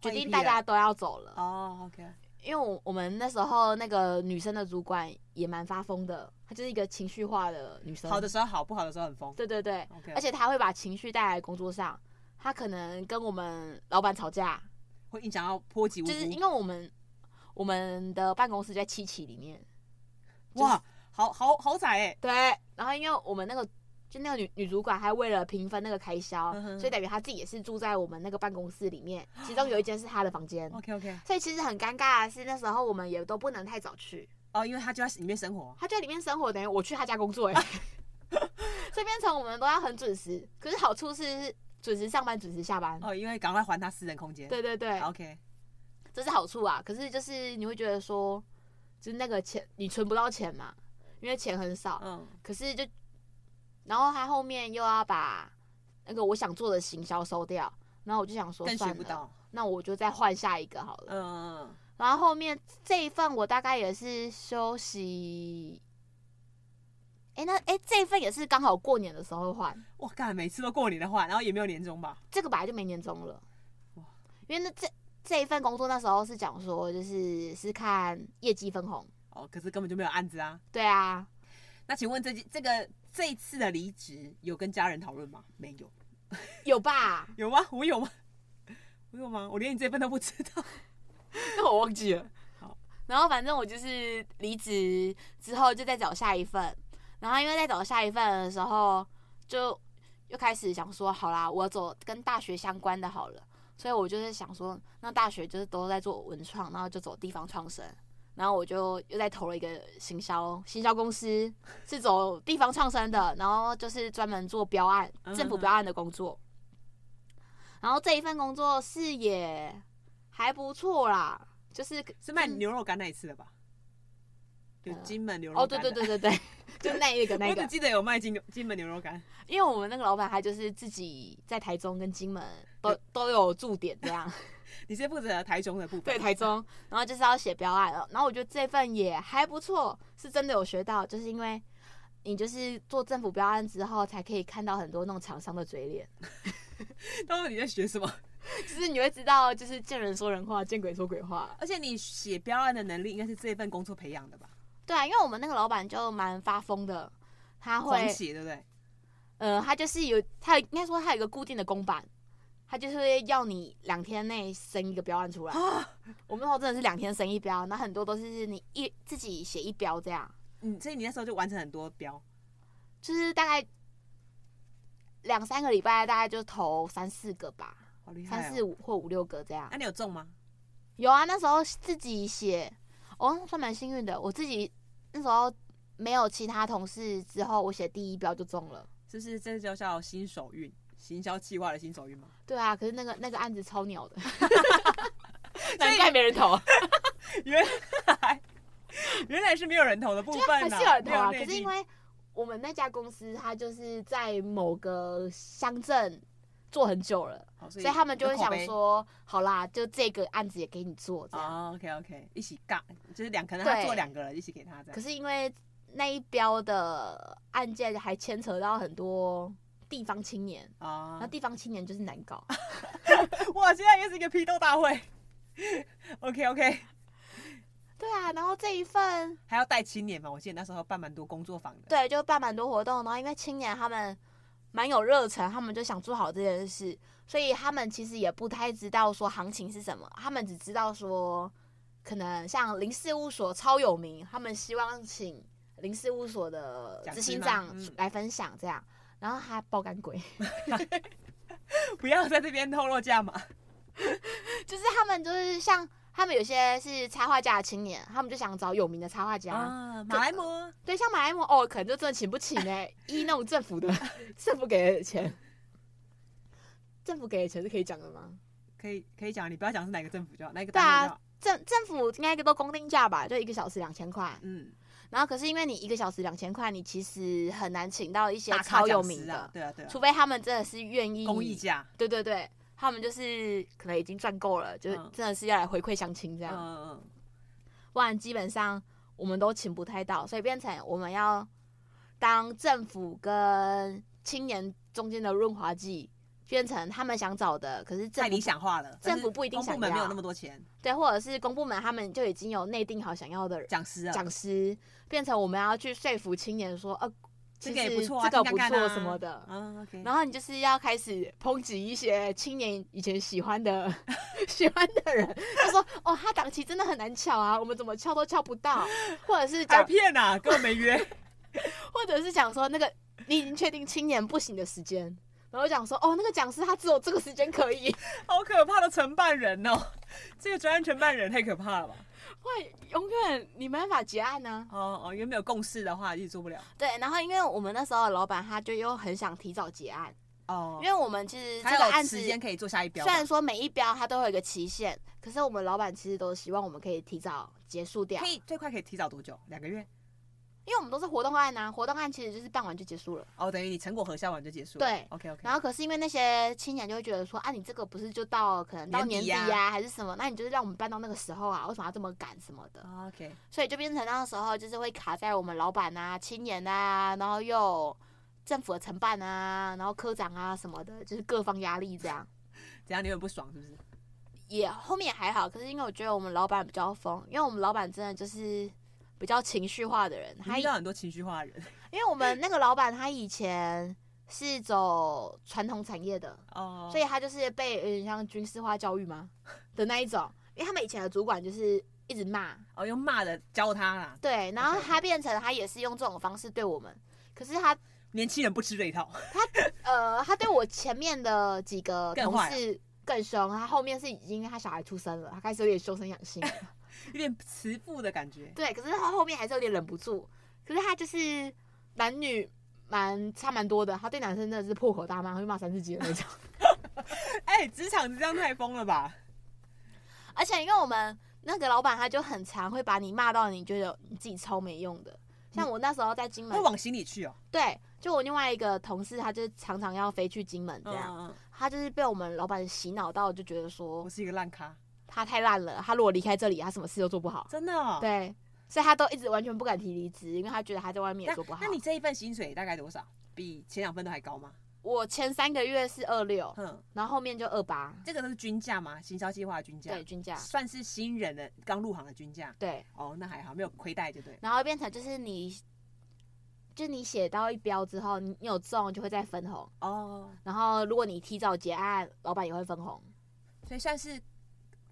决
换一
定
批
大家
了
都要走了，
哦，OK，
因为我我们那时候那个女生的主管也蛮发疯的，她就是一个情绪化的女生。
好的，时候好，不好的时候很疯
对对对，
哦，OK，
而且她会把情绪带来工作上，她可能跟我们老板吵架，
会影响到波及无
就是因
辜，
为我们我们的办公室就在七期里面，就是
哇，好好好窄哎，
对，然后因为我们那个就那个女女主管还为了平分那个开销，
嗯哼
所以等于她自己也是住在我们那个办公室里面，其中有一间是她的房间。
，OK OK，
所以其实很尴尬的是，那时候我们也都不能太早去，
哦，因为他就在里面生活，
她就在里面生活，等于我去她家工作 哎，所以变成我们都要很准时。可是好处是准时上班，准时下班。
哦，因为赶快还他私人空间，
对对对，
，OK，
这是好处啊。可是就是你会觉得说，就是那个钱你存不到钱嘛，因为钱很少。
嗯，
可是就，然后他后面又要把那个我想做的行销收掉，然后我就想说
更
算
学
了，
不到，
那我就再换下一个好了。
嗯嗯
然后后面这一份我大概也是休息，哎，那哎这一份也是刚好过年的时候换
嗯，，哇，干，每次都过年的话，然后也没有年终吧，
这个本来就没年终了
哇，
因为那这这一份工作那时候是讲说就是是看业绩分红，
哦，可是根本就没有案子啊，
对啊，
那请问这这个这一次的离职有跟家人讨论吗？没有，
有吧？
有吗？我有吗？ 我有吗？我连你这份都不知 道。
那我忘记了。
好，
然后反正我就是离职之后就再找下一份，然后因为在找下一份的时候，就又开始想说，好啦，我走跟大学相关的好了。所以我就是想说，那大学就是都在做文创，然后就走地方创生，然后我就又再投了一个行销行销公司，是走地方创生的，然后就是专门做标案、
嗯
政府标案的工作。然后这一份工作是也还不错啦，就是
是卖牛肉干那一次的吧？有
呃
金门牛肉
哦，
干
对
的、
对对对 对，就那一个那
我
一个
只，记得有卖金牛金门牛肉干，
因为我们那个老板他就是自己在台中跟金门都都有驻点这 样，
你是负责台中的部分。
对台中，然后就是要写标案，然后我觉得这份也还不错，是真的有学到，就是因为你就是做政府标案之后，才可以看到很多那种厂商的嘴脸，
到底你在学什么？
就是你会知道，就是见人说人话，见鬼说鬼话。
而且你写标案的能力应该是这份工作培养的吧？
对啊，因为我们那个老板就蛮发疯的，他
狂
会
写对不对？
呃，他就是有，他应该说他有一个固定的公版，他就是会要你两天内生一个标案出来。
啊
我们那时候真的是两天生一标，那很多都是你一自己写一标这样，
嗯，所以你那时候就完成很多标，
就是大概两三个礼拜，大概就投三四个吧，
好厉害、哦！
三四五或五六个这样
那、。你有中吗？
有啊，那时候自己写，哦，算蛮幸运的，我自己那时候没有其他同事之后，我写第一标就中了。
是不是这就叫新手运？行销计划的新手运吗？
对啊，可是那个那个案子超鸟 的，
以
难怪没人投，
原来原来是没有人投的部分、啊，
还是有人投啊。
没内
可是因
定
为我们那家公司，它就是在某个乡镇做很久了，
好所
所以他们就会
有口
想
碑
说，好啦，就这个案子也给你做这样。
啊、o k OK，一起杠，就是两，可能他
对
做两个人一起给他这
可
样。
是因为那一标的案件还牵扯到很多地方青年，
啊
那、地方青年就是难搞，
哇，现在又是一个批斗大会。OK OK，
对啊。然后这一份
还要带青年嘛？我记得那时候办蛮多工作坊的。
对，就办蛮多活动，然后因为青年他们蛮有热忱，他们就想做好这件事，所以他们其实也不太知道说行情是什么，他们只知道说可能像林事务所超有名，他们希望请林事务所的
讲
执
师
行
吗
长
嗯
来分享这样，然后他爆肝鬼。
不要在这边透露价码。
就是他们就是像他们有些是插画家的青年，他们就想找有名的插画家，
啊，马
马来
来模
对，像马来模哦，可能就真的请不起呢，依那种政府的政府给的钱，政府给的钱是可以讲的吗？
可以可以讲，你不要讲是哪个政府就好，哪个
对啊
单位就好。
政政府应该都公定价吧，就一个小时两千块，
嗯，
然后可是因为你一个小时两千块，你其实很难请到一些
大咖
超有
讲
名
师
的，
啊，对啊对啊，
除非他们真的是愿意
公益价，
对对对，他们就是可能已经赚够了，就是
嗯
真的是要来回馈乡亲这
嗯
样。
嗯嗯，
不然基本上我们都请不太到，所以变成我们要当政府跟青年中间的润滑剂，变成他们想找的，可是政
太
府
理想化了。
政府不一定
但是
想
公部门没有
要
那么多钱，
对，或者是公部门他们就已经有内定好想要的人
讲师啊，
讲师，变成我们要去说服青年说，呃，
这
其
个也不
实
错啊，
这个
听
不
看看
错
啊
什么的。
啊，OK。
然后你就是要开始抨击一些青年以前喜欢 的喜欢的人，他说哦，他档期真的很难翘啊，我们怎么翘都翘不到，或者是
还
讲
骗啊，根本没约。
或者是讲说那个你已经确定青年不行的时间，然后讲说哦，那个讲师他只有这个时间可以，
好可怕的承办人哦！ 这个专案承办人太可怕了吧？
会永远你没办法结案啊呢、
哦哦，因为没有共识的话，一直做不了。
对，然后因为我们那时候的老板他就又很想提早结案，
哦
因，为我们其实这
还
个案
有
子
时间可以做下一标
虽
吧。
然说每一标它都有一个期限，可是我们老板其实都希望我们可以提早结束掉
可，以最快可以提早多久？两个月？
因为我们都是活动案啊，活动案其实就是办完就结束了。
哦，等于你成果核销完就结束了。
对
，OK OK。
然后可是因为那些青年就会觉得说，啊，你这个不是就到可能到
年
年
底
底啊
呀
呀、还是什么？那你就是让我们办到那个时候啊，为什么要这么赶什么的？
后 OK，
所以就变成那个时候就是会卡在我们老板啊、青年啊，然后又有政府的承办啊，然后科长啊什么的，就是各方压力这样。
怎样？你有点不爽是不是？
也后面也还好，可是因为我觉得我们老板比较疯，因为我们老板真的就是比较情绪化的人，他
你遇
以
到很多情绪化的人。
因为我们那个老板他以前是走传统产业的，
哦，
所以他就是被有点像军事化教育嘛的那一种，因为他们以前的主管就是一直骂，
哦用骂的教他啦，
对，然后
OK
他变成他也是用这种方式对我们，可是他
年轻人不吃这一套。
呃他对我前面的几个
更
同
坏了
事更凶，他后面是已经他小孩出生了，他开始有点修身养 性了。
有点慈父的感觉。
对，可是他后面还是有点忍不住。可是他就是男女蛮差蛮多的，他对男生真的是破口大骂，会骂三字经的那种。
哎、职场这样太疯了吧？
而且因为我们那个老板他就很常会把你骂到你觉得你自己超没用的。像我那时候在金门
会，往心里去哦。
对，就我另外一个同事，他就常常要飞去金门这样，
嗯，
他就是被我们老板洗脑到，就觉得
我
说
是一个烂咖，
他太烂了，他如果离开这里，他什么事都做不好。
真的、哦。
对，所以他都一直完全不敢提离职，因为他觉得他在外面
那
也做不好
那。你这一份薪水大概多少？比前两份都还高吗？
我前三个月是二六，
哼，
然后后面就二八，
这个都是均价吗？行销计划的均价，
对，均价，
算是新人的刚入行的均价。
对，
哦，那还好，没有亏待就对。
然后变成就是你，就你写到一标之后，你你有中就会再分红，
哦，
然后如果你提早结案，老板也会分红，
所以算是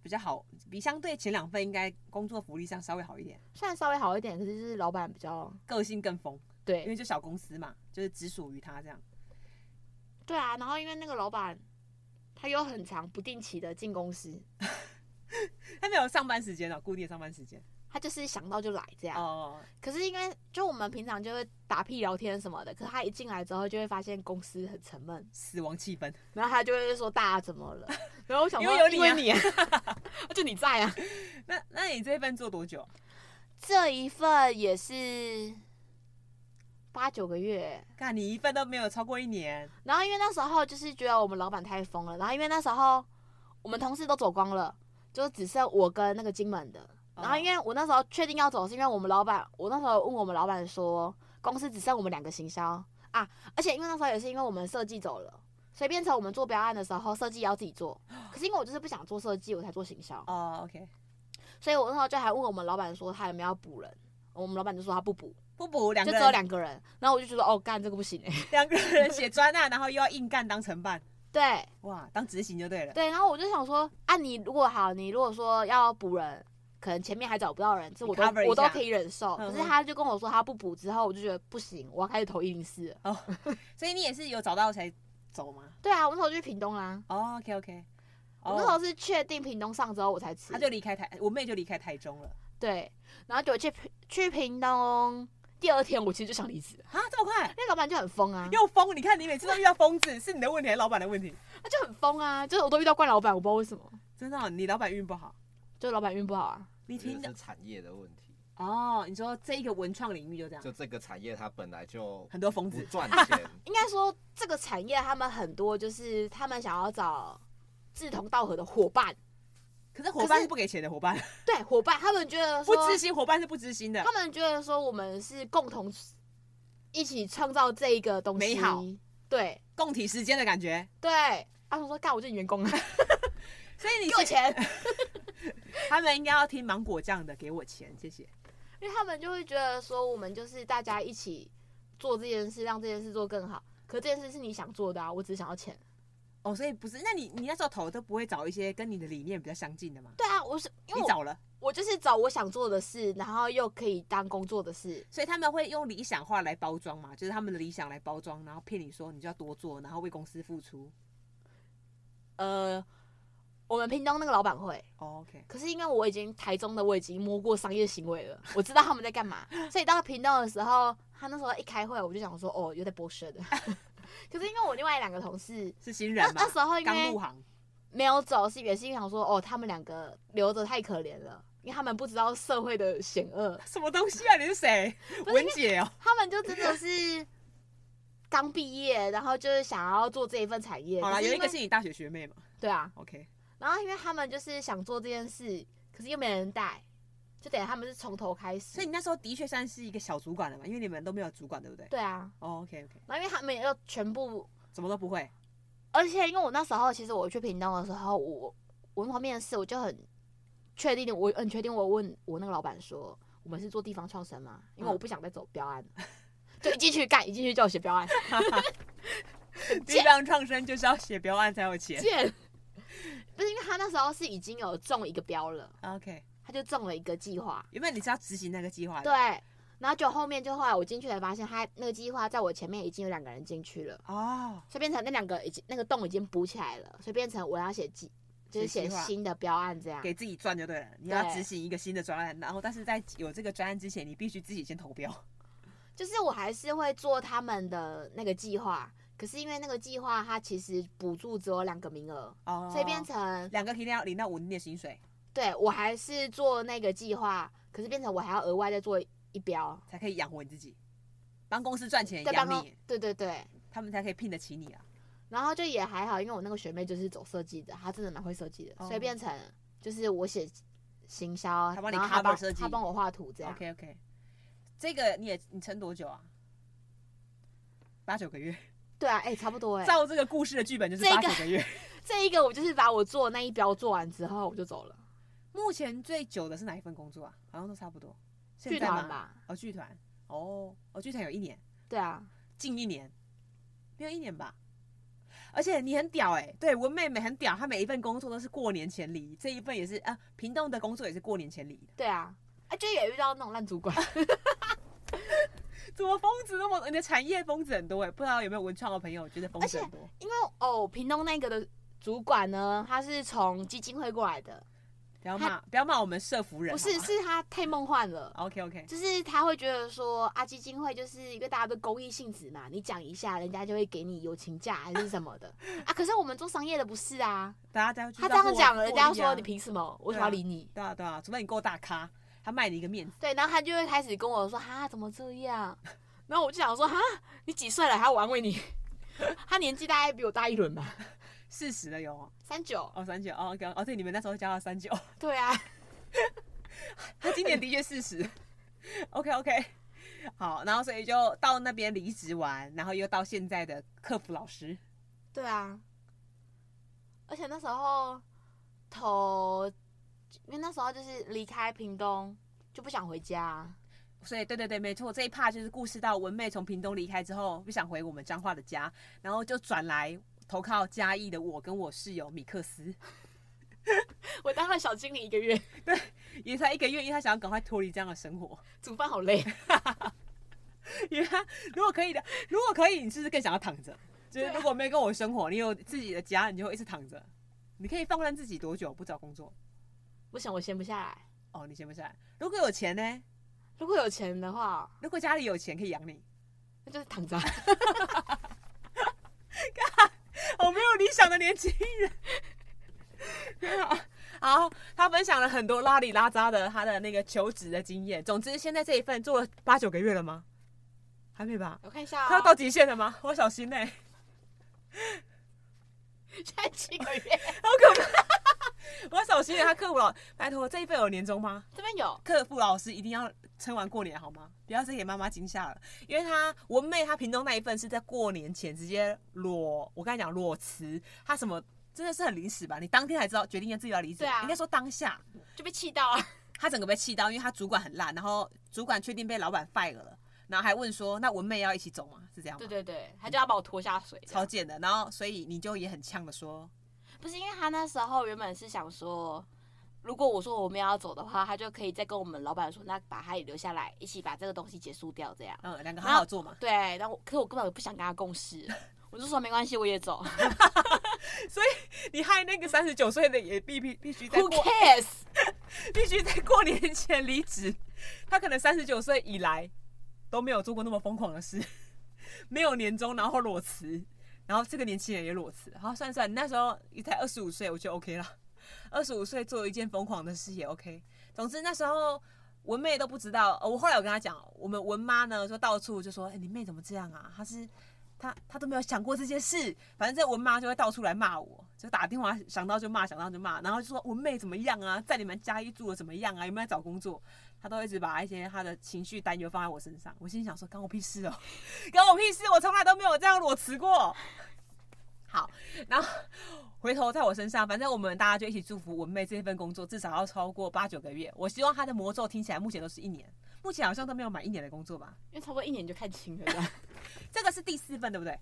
比较好，比相对前两份应该工作福利上稍微好一点，
虽然稍微好一点，可是就是老板比较
个性更疯，因
对，
为就小公司嘛，就是只属于他这样。
对啊，然后因为那个老板他又很长不定期的进公司，
他没有上班时间哦，固定的上班时间。
他就是想到就来这样。
哦，
可是因为就我们平常就会打屁聊天什么的，可是他一进来之后就会发现公司很沉闷，
死亡气氛，
然后他就会说大家怎么 了？然后我想
因
说
为有你、啊，
因为
你、啊。
你就你在啊，
那那你这份做多久？
这一份也是八九个月。
看你一份都没有超过一年，
然后因为那时候就是觉得我们老板太疯了，然后因为那时候我们同事都走光了，就只剩我跟那个金门的。然后因为我那时候确定要走，是因为我们老板，我那时候问我们老板说，公司只剩我们两个行销啊，而且因为那时候也是因为我们设计走了，所以变成我们做标案的时候，设计也要自己做。可是因为我就是不想做设计，我才做行销，
哦，OK，
所以我那时候就还问我们老板说他有没有要补人，我们老板就说他不补，
不补两
就
个
只有
人，
两个人。然后我就觉得哦，干这个不行哎、
两个人写专案，然后又要硬干当承办，
对，
哇，当执行就对了。
对，然后我就想说，啊，你如果好，你如果说要补人，可能前面还找不到人，这我都
cover 一
我都
下
可以忍受。可
嗯
是
哼
他就跟我说他不补之后，我就觉得不行，我要开始投一零四。
所以你也是有找到才走吗、
对啊，我那时候就去屏东啦，
哦、？OK OK，
我那时候是确定屏东上之后我才吃。
哦他就离开台，我妹就离开台中了。
对，然后就去屏去屏东，第二天我其实就想离 职了，
啊，这么快？
那老板就很疯啊，
又疯！你看你每次都遇到疯子，是你的问题还是老板的问题？
他就很疯啊，就是我都遇到怪老板，我不知道为什么，
真的哦、你老板运不好。
就是老板运不好啊。
你
这
听
是
的
产业的问题。
哦，你说这一个文创领域就这样，
就这个产业它本来就
很多疯
不
子。
赚钱，
应该说这个产业他们很多就是他们想要找志同道合的伙伴。
可是伙伴是不给钱的伙伴，
对伙伴，他们觉得
不
说，
知心伙伴是不知心的
他。们觉得说我们是共同一起创造这一个东西，
美好，
对
共体时间的感觉。
对。他们说：“干，我就是你员 工啊，
所以你
给我
是
钱。
他们应该要听芒果酱的，给我钱，谢谢。”
因为他们就会觉得说，我们就是大家一起做这件事，让这件事做更好。可这件事是你想做的啊，我只是想要钱。
哦，所以不是，那你你那时候投都不会找一些跟你的理念比较相近的吗？
对啊，我是因为
你
我
找了，
我就是找我想做的事，然后又可以当工作的事。
所以他们会用理想化来包装嘛，就是他们的理想来包装，然后骗你说你就要多做，然后为公司付出。
呃，我们屏东那个老板会，
哦 OK，
可是因为我已经台中的我已经摸过商业行为了，我知道他们在干 嘛，所以到屏东的时候，他那时候一开会，我就想说，哦，有点 bullshit 的。 可是因为我另外两个同事，
是新
那
人嘛
那，时候因
刚入
为
行，
没有走，是也是因为想说，哦，他们两个留着太可怜了，因为他们不知道社会的险恶，
什么东西啊？你是谁？文姐哦，
他们就真的是刚毕业，然后就是想要做这一份产业。
好啦，
可是
有一
因为
个是你大学学妹嘛
对啊，
，OK，
然后因为他们就是想做这件事，可是又没人带，就等于他们是从头开始。
所以你那时候的确算是一个小主管了嘛，因为你们都没有主管，对不对？
对啊，
哦，OK OK，
然后因为他们要全部，
什么都不会，
而且因为我那时候其实我去屏东的时候，我我那方面的事我就很确定，我很确定我问我那个老板说，我们是做地方创生嘛，因为我不想再走标案了， 就一进去干，一进去叫我写标案，
地方创生就是要写标案才有 钱。
贱。 不是因为他那时候是已经有中一个标了，
OK，
他就中了一个计划，
原本你是要执行那个计划的，
对，，然后就后面就后来我进去才发现，他那个计划在我前面已经有两个人进去了，
哦，
所以变成那两个已经那个洞已经补起来了，所以变成我要写计，就是
写
写
计划
新的标案这样。
给自己赚就对了。你要
对
执行一个新的专案，然后但是在有这个专案之前，你必须自己先投标。
就是我还是会做他们的那个计划，可是因为那个计划它其实补助只有两个名额，
哦
所以变成
两个一定要领到稳定的薪水，
对我还是做那个计划，可是变成我还要额外再做一标，
才可以养活你自己，帮公司赚钱
对办
养
公
你，，
对对对。
他们才可以聘得起你啊。
然后就也还好，因为我那个学妹就是走设计的，她真的蛮会设计的，
哦
所以变成就是我写行销，
她帮你
然后她
cover
帮
设计
她帮我画图这样。
OK OK，这个你也你撑多久啊？八九个月，
对啊，哎、差不多哎、
照这个故事的剧本就是
这
八
个
九个月。
这一个我就是把我做的那一标做完之后我就走了，
目前最久的是哪一份工作啊？好像都差不多。现
剧
在
团
吗？
吧。
哦，剧团，哦，哦，剧团有一年，
对啊，
近一年，没有一年吧。而且你很屌哎、对我妹妹很屌，她每一份工作都是过年前离，这一份也是啊，屏东的工作也是过年前离的。
对啊，啊就也遇到那种烂主 管，
怎么疯子那么多？你的产业疯子很多哎、不知道有没有文创的朋友觉得疯子很多？
因为哦，屏东那个的主管呢，他是从基金会过来的，
不要
他
骂，不要骂我们社服人。
不是，是他太梦幻了。
OK OK，
就是他会觉得说啊，基金会就是一个大家都公益性质嘛，你讲一下，人家就会给你友情价还是什么 的啊。可是我们做商业的不是啊，
大家大家
他这样讲，
了，
人家
获利啊
说你凭什么？我为什么要理你？
对啊对啊，除非你够大咖，他卖你一个面子。
对，然后他就会开始跟我说哈，怎么这样？然后我就想说哈，你几岁了还要我安慰你？ 他年纪大概比我大一轮吧，
四十了有哦
三九。
哦，三九哦，OK，哦，对，你们那时候加到 三九，
对啊，
他今年的确四十。OK OK，好，然后所以就到那边离职完，然后又到现在的客服老师，
对啊，而且那时候头，因为那时候就是离开屏东就不想回家，
所以对对对，没错，这一趴就是故事到文妹从屏东离开之后，不想回我们彰化的家，然后就转来投靠嘉义的我跟我室友米克斯，
我当了小经理一个月，
也才一个月，因为他想要赶快脱离这样的生活，
煮饭好累。
因为他啊如果可以的，如果可以，你是不是更想要躺着？就是
对啊
如果没有跟我生活，你有自己的家，你就会一直躺着。你可以放任自己多久不找工作？
不行，我闲不下来。
哦，你闲不下来。如果有钱呢？
如果有钱的话，
如果家里有钱可以养你，
那就是躺着啊。
我哦没有理想的年轻 人。啊好，他分享了很多拉里拉扎的他的那个求职的经验。总之，现在这一份做了八九个月了吗？还没吧？
我看一下、
他要
哦，
到极限了吗？我要小心呢、
现在七个月，
我要小心欸他客服老，拜托，这一份有年终吗？
这边有
客服老师一定要撑完过年好吗？不要再给妈妈惊吓了，因为她文妹她屏东那一份是在过年前直接裸，我刚才讲裸辞，她什么真的是很临时吧？你当天才知道决定要自己要离职，
对啊
应该说当下
就被气到啊。
她整个被气到，因为她主管很烂，然后主管确定被老板 fire 了，然后还问说那文妹要一起走吗？是这样吗
对？对对，他就要把我拖下水这
超
样。
贱的，然后所以你就也很呛的说，
不是因为他那时候原本是想说，如果我说我们要走的话，他就可以再跟我们老板说，那把他也留下来，一起把这个东西结束掉，这样。
嗯，两个好好做嘛。
对，然后我可是我根本不想跟他共事，我就说没关系，我也走
你害那个三十九岁的也必必必须在
，Who
过
cares？
必须在过年前离职。他可能三十九岁以来都没有做过那么疯狂的事， 没有年终，然后裸辞，然后这个年轻人也裸辞。好，算算，你那时候你才二十五岁，我觉得 OK 了。二十五岁做一件疯狂的事也 OK。总之那时候文妹都不知道，呃我后来有跟她讲，我们文妈呢说到处就说，哎、你妹怎么这样啊？她是。她她都没有想过这件事，反正文妈就会到处来骂我，就打电话想到就骂，想到就骂，然后就说文妹怎么样啊，在你们家一住的怎么样啊，有没有在找工作？她都一直把一些她的情绪担忧放在我身上，我心里想说，关我屁事哦， 关我屁事，我从来都没有这样裸辞过。好，然后回头在我身上，反正我们大家就一起祝福文妹这份工作至少要超过八九个月。我希望她的魔咒听起来目前都是一年，目前好像都没有满一年的工作吧？
因为差不多一年就看清了这 样。
这个是第四份对不对？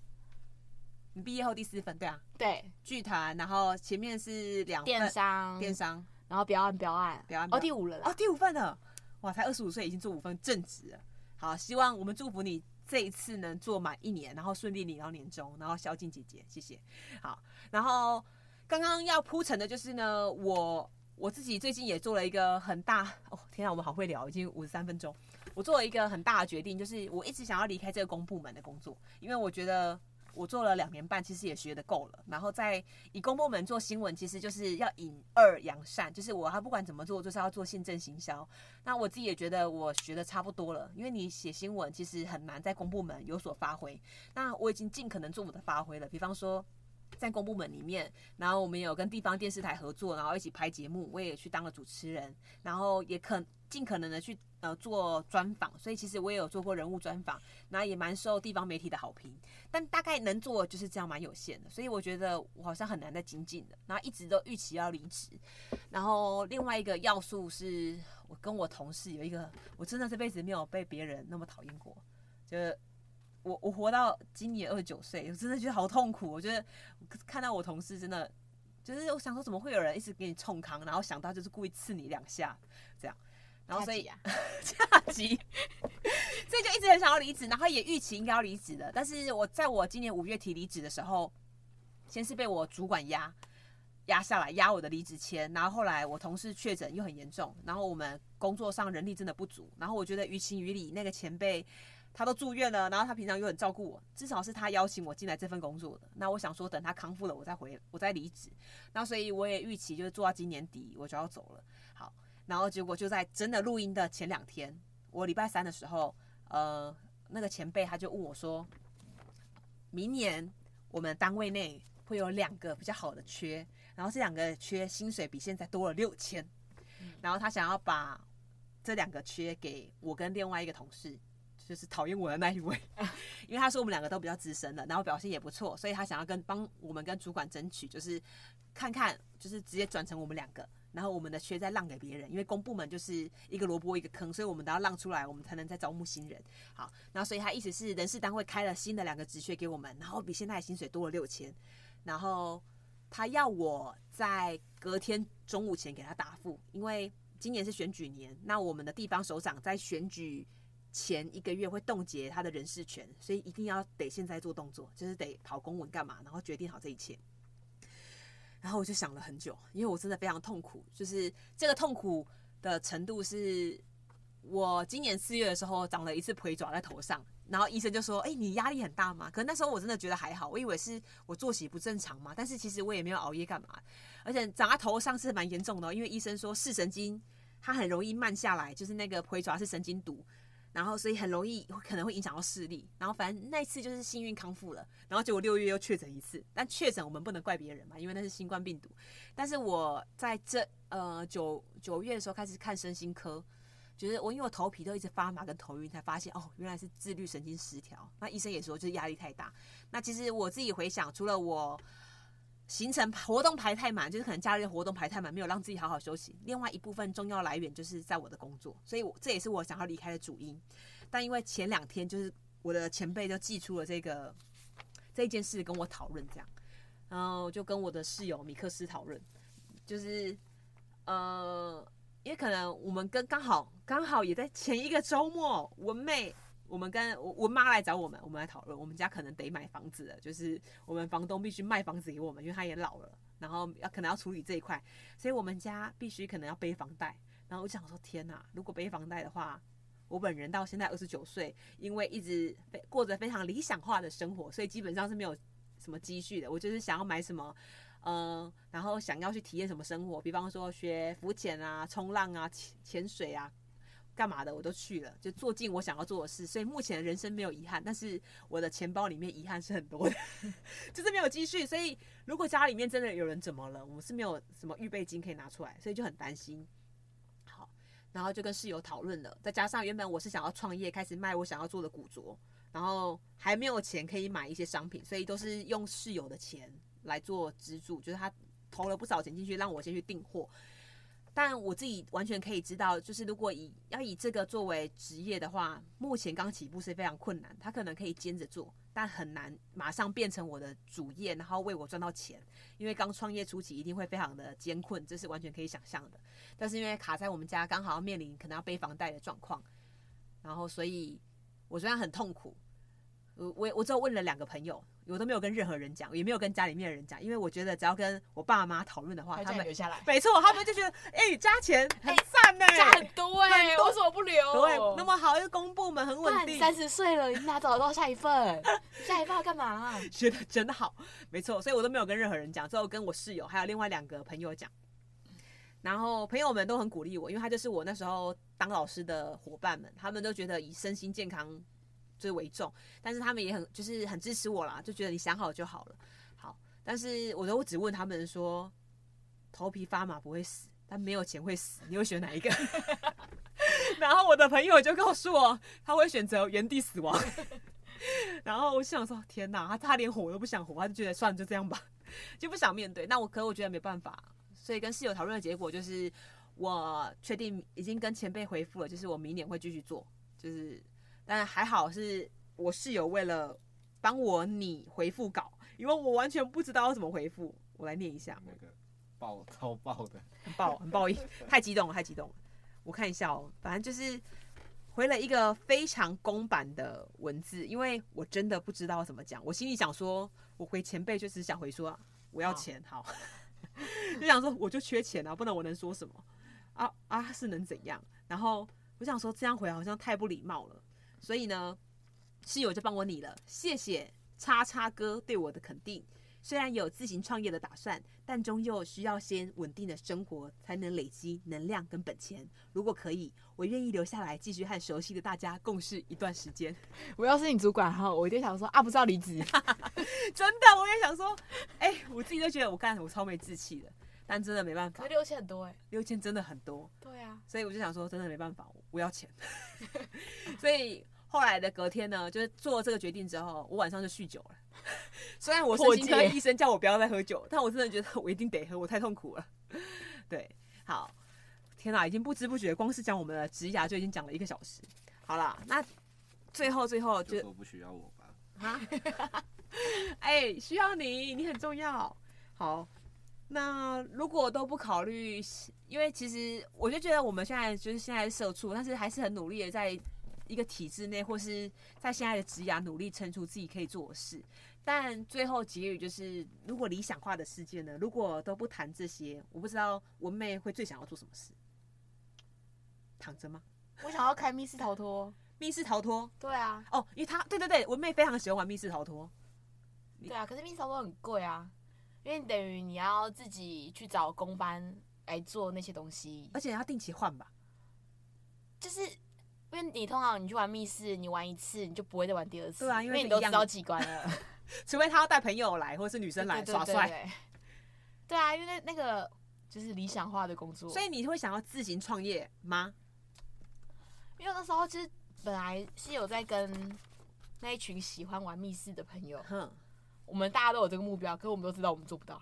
你毕业后第四份对啊，
对，
剧团，然后前面是两份
电商，
电商
然后标案标案，
标案标
哦
案
第五了啦
哦，。第五份了，哇，才二十五岁已经做五份正职了。好，希望我们祝福你这一次能做满一年，然后顺利领到年终，然后孝敬姐姐，谢谢。好，然后刚刚要铺陈的就是呢，我我自己最近也做了一个很大，哦天啊，我们好会聊，已经五十三分钟。我做了一个很大的决定，就是我一直想要离开这个公部门的工作，因为我觉得我做了两年半，其实也学的够了。然后在以公部门做新闻，其实就是要引恶扬善，就是我还不管怎么做，我就是要做宪政行销。那我自己也觉得我学的差不多了，因为你写新闻其实很难在公部门有所发挥。那我已经尽可能做我的发挥了，比方说。在公部门里面，然后我们有跟地方电视台合作，然后一起拍节目，我也去当了主持人，然后也可尽可能的去呃做专访，所以其实我也有做过人物专访，然后也蛮受地方媒体的好评。但大概能做的就是这样，蛮有限的。所以我觉得我好像很难再精进的，然后一直都预期要离职。然后另外一个要素是我跟我同事有一个，我真的这辈子没有被别人那么讨厌过，就是。我我活到今年二十九岁，我真的觉得好痛苦。我觉得看到我同事真的，就是我想说，怎么会有人一直给你冲康，然后想到就是故意刺你两下这样，然后所以
下集啊
下集， 所以就一直很想要离职，然后也预期应该要离职的。但是我在我今年五月提离职的时候，先是被我主管压，压下来，压我的离职签。然后后来我同事确诊又很严重，然后我们工作上人力真的不足。然后我觉得于情于理，那个前辈他都住院了，然后他平常又很照顾我，至少是他邀请我进来这份工作的。那我想说，等他康复了，我再回，我再离职。那所以我也预期就是做到今年底我就要走了。好，然后结果就在真的录音的前两天，我礼拜三的时候，呃，那个前辈他就问我说，明年我们单位内会有两个比较好的缺，然后这两个缺薪水比现在多了六千，然后他想要把这两个缺给我跟另外一个同事，就是讨厌我的那一位，因为他说我们两个都比较资深了，然后表现也不错，所以他想要跟帮我们跟主管争取，就是看看就是直接转成我们两个。然后我们的缺再让给别人，因为公部门就是一个萝卜一个坑，所以我们都要让出来，我们才能再招募新人。好，然后所以他意思是人事单位开了新的两个职缺给我们，然后比现在的薪水多了六千，然后他要我在隔天中午前给他答复，因为今年是选举年，那我们的地方首长在选举前一个月会冻结他的人事权，所以一定要得现在做动作，就是得跑公文干嘛，然后决定好这一切。然后我就想了很久，因为我真的非常痛苦，就是这个痛苦的程度是我今年四月的时候长了一次腿爪在头上，然后医生就说：“哎、你压力很大吗？”可那时候我真的觉得还好，我以为是我作息不正常嘛，但是其实我也没有熬夜干嘛，而且长在头上是蛮严重的哦，因为医生说视神经它很容易慢下来，就是那个腿爪是神经毒。然后，所以很容易可能会影响到视力。然后，反正那一次就是幸运康复了。然后，结果六月又确诊一次，但确诊我们不能怪别人嘛，因为那是新冠病毒。但是我在这呃九九月的时候开始看身心科，就是我因为我头皮都一直发麻跟头晕，才发现哦，原来是自律神经失调。那医生也说就是压力太大。那其实我自己回想，除了我行程活动排太满，就是可能假日活动排太满，没有让自己好好休息。另外一部分重要来源就是在我的工作，所以我这也是我想要离开的主因。但因为前两天就是我的前辈就寄出了这个这件事跟我讨论，这样，然后就跟我的室友米克斯讨论，就是呃，因为可能我们跟刚好刚好也在前一个周末，文妹。我们跟我我妈来找我们，我们来讨论，我们家可能得买房子了，就是我们房东必须卖房子给我们，因为他也老了，然后要可能要处理这一块，所以我们家必须可能要背房贷。然后我就想说，天哪，如果背房贷的话，我本人到现在二十九岁，因为一直非过着非常理想化的生活，所以基本上是没有什么积蓄的。我就是想要买什么，嗯，然后想要去体验什么生活，比方说学浮潜啊、冲浪啊、潜潜水啊，干嘛的我都去了，就做尽我想要做的事。所以目前人生没有遗憾，但是我的钱包里面遗憾是很多的， 就是没有积蓄。所以如果家里面真的有人怎么了，我们是没有什么预备金可以拿出来，所以就很担心。好，然后就跟室友讨论了，再加上原本我是想要创业，开始卖我想要做的古着，然后还没有钱可以买一些商品，所以都是用室友的钱来做资助，就是他投了不少钱进去，让我先去订货。但我自己完全可以知道，就是如果以要以这个作为职业的话，目前刚起步是非常困难。他可能可以兼着做，但很难马上变成我的主业，然后为我赚到钱。因为刚创业初期一定会非常的艰困，这是完全可以想象的。但是因为卡在我们家刚好要面临可能要背房贷的状况，然后所以我虽然很痛苦，我我我只有问了两个朋友，我都没有跟任何人讲，也没有跟家里面的人讲，因为我觉得只要跟我爸妈讨论的话，
还
他
叫你
们
留下 来，
没错，他们就觉得哎、加钱很赞呢、
假很
欸
多哎，
很多
为什么不留？
对，那么好，又公部门很
不
稳
然
定
你，三十岁了，你哪找得到下一份？下一份要干嘛、
学的真好，没错，所以我都没有跟任何人讲，只有跟我室友还有另外两个朋友讲。然后朋友们都很鼓励我，因为他就是我那时候当老师的伙伴们，他们都觉得以身心健康最为重，但是他们也很就是很支持我啦，就觉得你想好就好了。好，但是我都只问他们说，头皮发麻不会死，但没有钱会死，你会选哪一个？ 然后我的朋友就告诉我，他会选择原地死亡。 然后我心想说，天哪，他他连活都不想活，他就觉得算了，就这样吧， 就不想面对。那我可我觉得没办法，所以跟室友讨论的结果就是，我确定已经跟前辈回复了，就是我明年会继续做，就是，但还好是我室友为了帮我拟回复稿，因为我完全不知道要怎么回复，我来念一下。
那个爆超爆的，
很爆，很爆音，太激动了，太激动了。我看一下哦，反正就是回了一个非常公版的文字，因为我真啊的不知道怎么讲。我心里想说，我回前辈就只想回说我要钱，好， 就想说我就缺钱啊，不然我能说什么啊啊是能怎样？然后我想说这样回好像太不礼貌了，所以呢，室友就帮我拟了，谢谢叉叉哥对我的肯定。虽然有自行创业的打算，但终究需要先稳定的生活，才能累积能量跟本钱。如果可以，我愿意留下来继续和熟悉的大家共事一段时间。
我要是你主管哈，我一定想说啊，不知道离 职，
真的，我也想说，哎、我自己都觉得我干我超没志气的，但真的没办法
可是，六千很多
欸
哎、
六千真的很多，
对啊，
所以我就想说，真的没办法，我我要钱。 所以后来的隔天呢，就是做了这个决定之后，我晚上就酗酒了。 虽然我神经科
破戒
医生叫我不要再喝酒，但我真的觉得我一定得喝，我太痛苦了。 对，好，天哪，已经不知不觉，光是讲我们的职涯就已经讲了一个小时。好啦，那最后最后就
就说不需要我吧。
哎、需要你，你很重要。好，那如果都不考虑，因为其实我就觉得我们现在就是现在是社畜，但是还是很努力的在一个体制内，或是在现在的职涯努力撑出自己可以做的事。但最后结语就是，如果理想化的世界呢，如果都不谈这些，我不知道文妹会最想要做什么事。躺着吗？
我想要开密室逃脱，
密室逃脱
对啊，
哦，因为她对对对，文妹非常喜欢玩密室逃脱，
对啊，可是密室逃脱很贵啊，因为等于你要自己去找工班来做那些东西，
而且要定期换吧。
就是因为你通常你去玩密室，你玩一次你就不会再玩第二次，
对啊因
因
为
你
是
都
一样
知
的
道机关了，
除非他要带朋友来，或是女生来
对对
耍
对
帅。
对对啊，因为那那个就是理想化的工作，
所以你会想要自行创业吗？
因为那时候其实本来是有在跟那一群喜欢玩密室的朋友，
哼，
我们大家都有这个目标，可是我们都知道我们做不 到。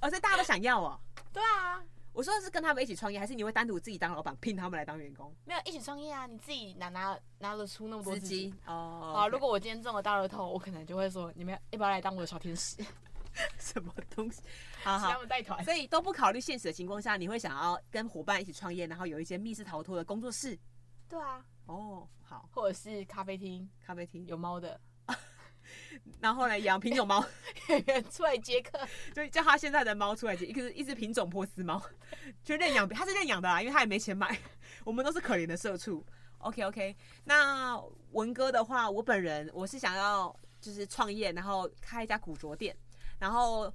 而且大家都想要哦。
对啊，
我说的是跟他们一起创业，还是你会单独自己当老板，聘他们来当员工？
没有一起创业啊，你自己哪拿拿得出那么多
资
资金
金？哦
啊，
OK
如果我今天中了大乐透，我可能就会说，你们要不要来当我的小天使，请
什么东西？好
他
好，
们带团？
所以都不考虑现实的情况下，你会想要跟伙伴一起创业，然后有一间密室逃脱的工作室。
对啊，
哦，好，
或者是咖啡厅
咖啡厅。
有猫的，
然后呢，养品种猫，
出来接客。
就叫他现在的猫出来，一个一只品种波斯猫，就认养，他是认养的啦，因为他也没钱买。我们都是可怜的社畜。OK OK，那文哥的话，我本人我是想要就是创业，然后开一家古着店，然后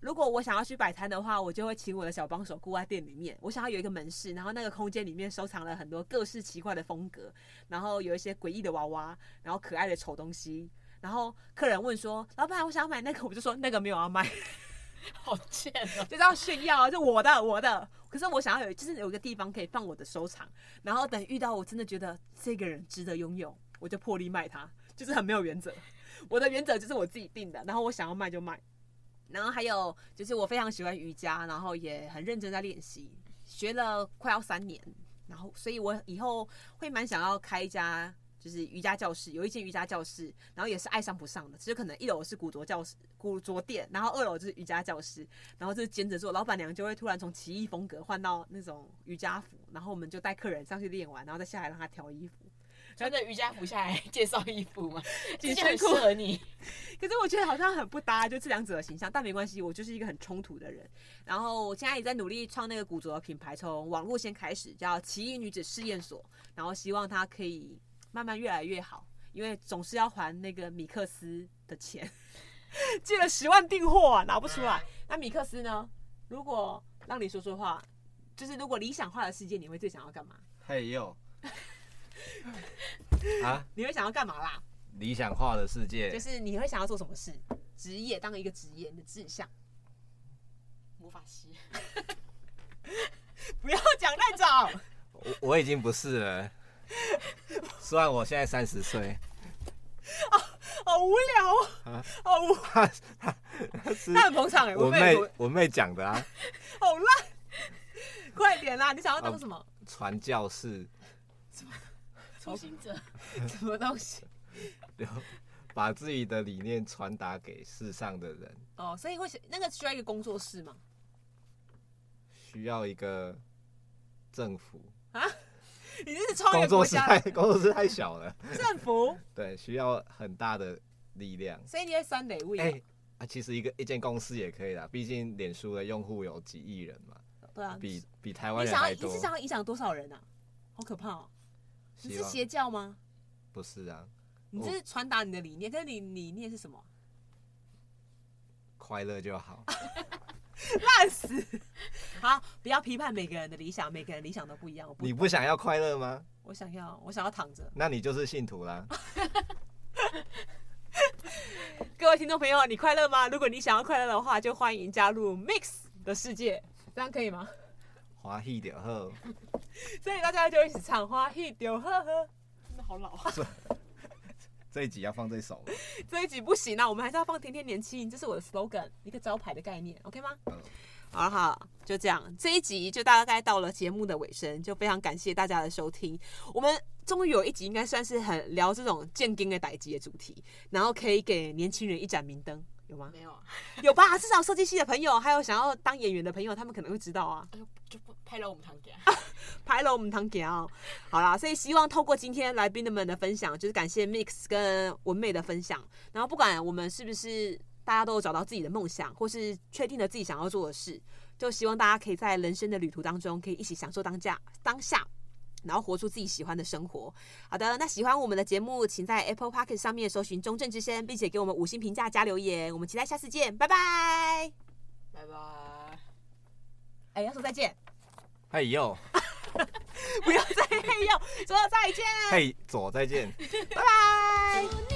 如果我想要去摆摊的话，我就会请我的小帮手顾在店里面。我想要有一个门市，然后那个空间里面收藏了很多各式奇怪的风格，然后有一些诡异的娃娃，然后可爱的丑东西。然后客人问说：“老板，我想要买那个。”我就说：“那个没有要卖。”
好贱哦！
就是要炫耀啊，就我的我的。可是我想要有，就是有一个地方可以放我的收藏，然后等遇到我真的觉得这个人值得拥有，我就破例卖它，就是很没有原则。我的原则就是我自己定的，然后我想要卖就卖。然后还有就是我非常喜欢瑜伽，然后也很认真在练习，学了快要三年，然后所以我以后会蛮想要开一家。就是瑜伽教室，有一间瑜伽教室，然后也是爱上不上的，就是可能一楼是古着教室、古着店，然后二楼就是瑜伽教室，然后就是兼着做，老板娘就会突然从奇异风格换到那种瑜伽服，然后我们就带客人上去练完，然后再下来让他挑衣服。
穿着瑜伽服下来介绍衣服嘛，
紧
这
身
件很
裤
适合你。
可是我觉得好像很不搭，就这两者的形象，但没关系，我就是一个很冲突的人。然后我现在也在努力创那个古着的品牌，从网络先开始，叫奇异女子试验所，然后希望它可以慢慢越来越好，因为总是要还那个米克斯的钱，借了十万订货、啊、拿不出来。那米克斯呢？如果让你说说话，就是如果理想化的世界，你会最想要干嘛？
嘿呦，啊，
你会想要干嘛啦？
理想化的世
就
界，
是你会想要做什么事？职业当一个职业，你的志向。
魔法 师，
不要讲那种。
我我已经不是了。虽然我现在三十岁，
好无聊哦，
啊
好无，
他他他是
他很捧场哎，
我
妹
妹我妹讲的啊，
好烂，快点啦！你想要当什么？
传教士
初心者，
什么东西？
然后把自己的理念传达给世上的人，
哦，所以会那个需要一个工作室吗？
需要一个政府
你这是超越
工
国
作室
家
太工作室太小了，
政府，
对，需要很大的力量。
所以你在酸哪位啊？
哎，啊，其实一个一间公司也可以啦，毕竟脸书的用户有几亿人嘛，
对啊，
比比台湾
你
人
想要
还
你
多
是。想要影响多少人啊？好可怕哦！你
希
是
望
邪教吗？
不是啊，
你这是传达你的理念，但是你理念是什么？
快乐就好。
烂死！ 好，不要批判每个人的理想，每个人理想都不一样。我不
你，不想要快乐吗？
我想要，我想要躺着。
那你就是信徒啦。
各位听众朋友，你快乐吗？如果你想要快乐的话，就欢迎加入 Mix 的世界，这样可以吗？
华裔点后，
所以大家就一起唱花一丢呵呵。
真的好老啊。
这一集要放这首吗。
这一集不行啊，我们还是要放甜甜年轻，这是我的 slogan，一个招牌的概念，OK 吗？
嗯
好了好，就这样，这一集就大概到了节目的尾声，就非常感谢大家的收听。我们终于有一集应该算是很聊这种健经的代际的主题，然后可以给年轻人一盏明灯，有吗？
没有啊，
有吧？至少设计系的朋友，还有想要当演员的朋友，他们可能会知道啊。
就就不拍了我们堂姐啊。
拍了我们堂点哦。好啦，所以希望透过今天来宾们的分享，就是感谢 Mix 跟文美的分享，然后不管我们是不是大家都有找到自己的梦想，或是确定了自己想要做的事，就希望大家可以在人生的旅途当中，可以一起享受当下当下。然后活出自己喜欢的生活。好的，那喜欢我们的节目，请在 Apple p o c k e t 上面搜寻“中正之声”，并且给我们五星评价加留言。我们期待下次见，拜拜！
拜拜。
哎，要说再 见，
嘿呦，
不要再要说再见，
嘿左，再见。
拜拜。
祝你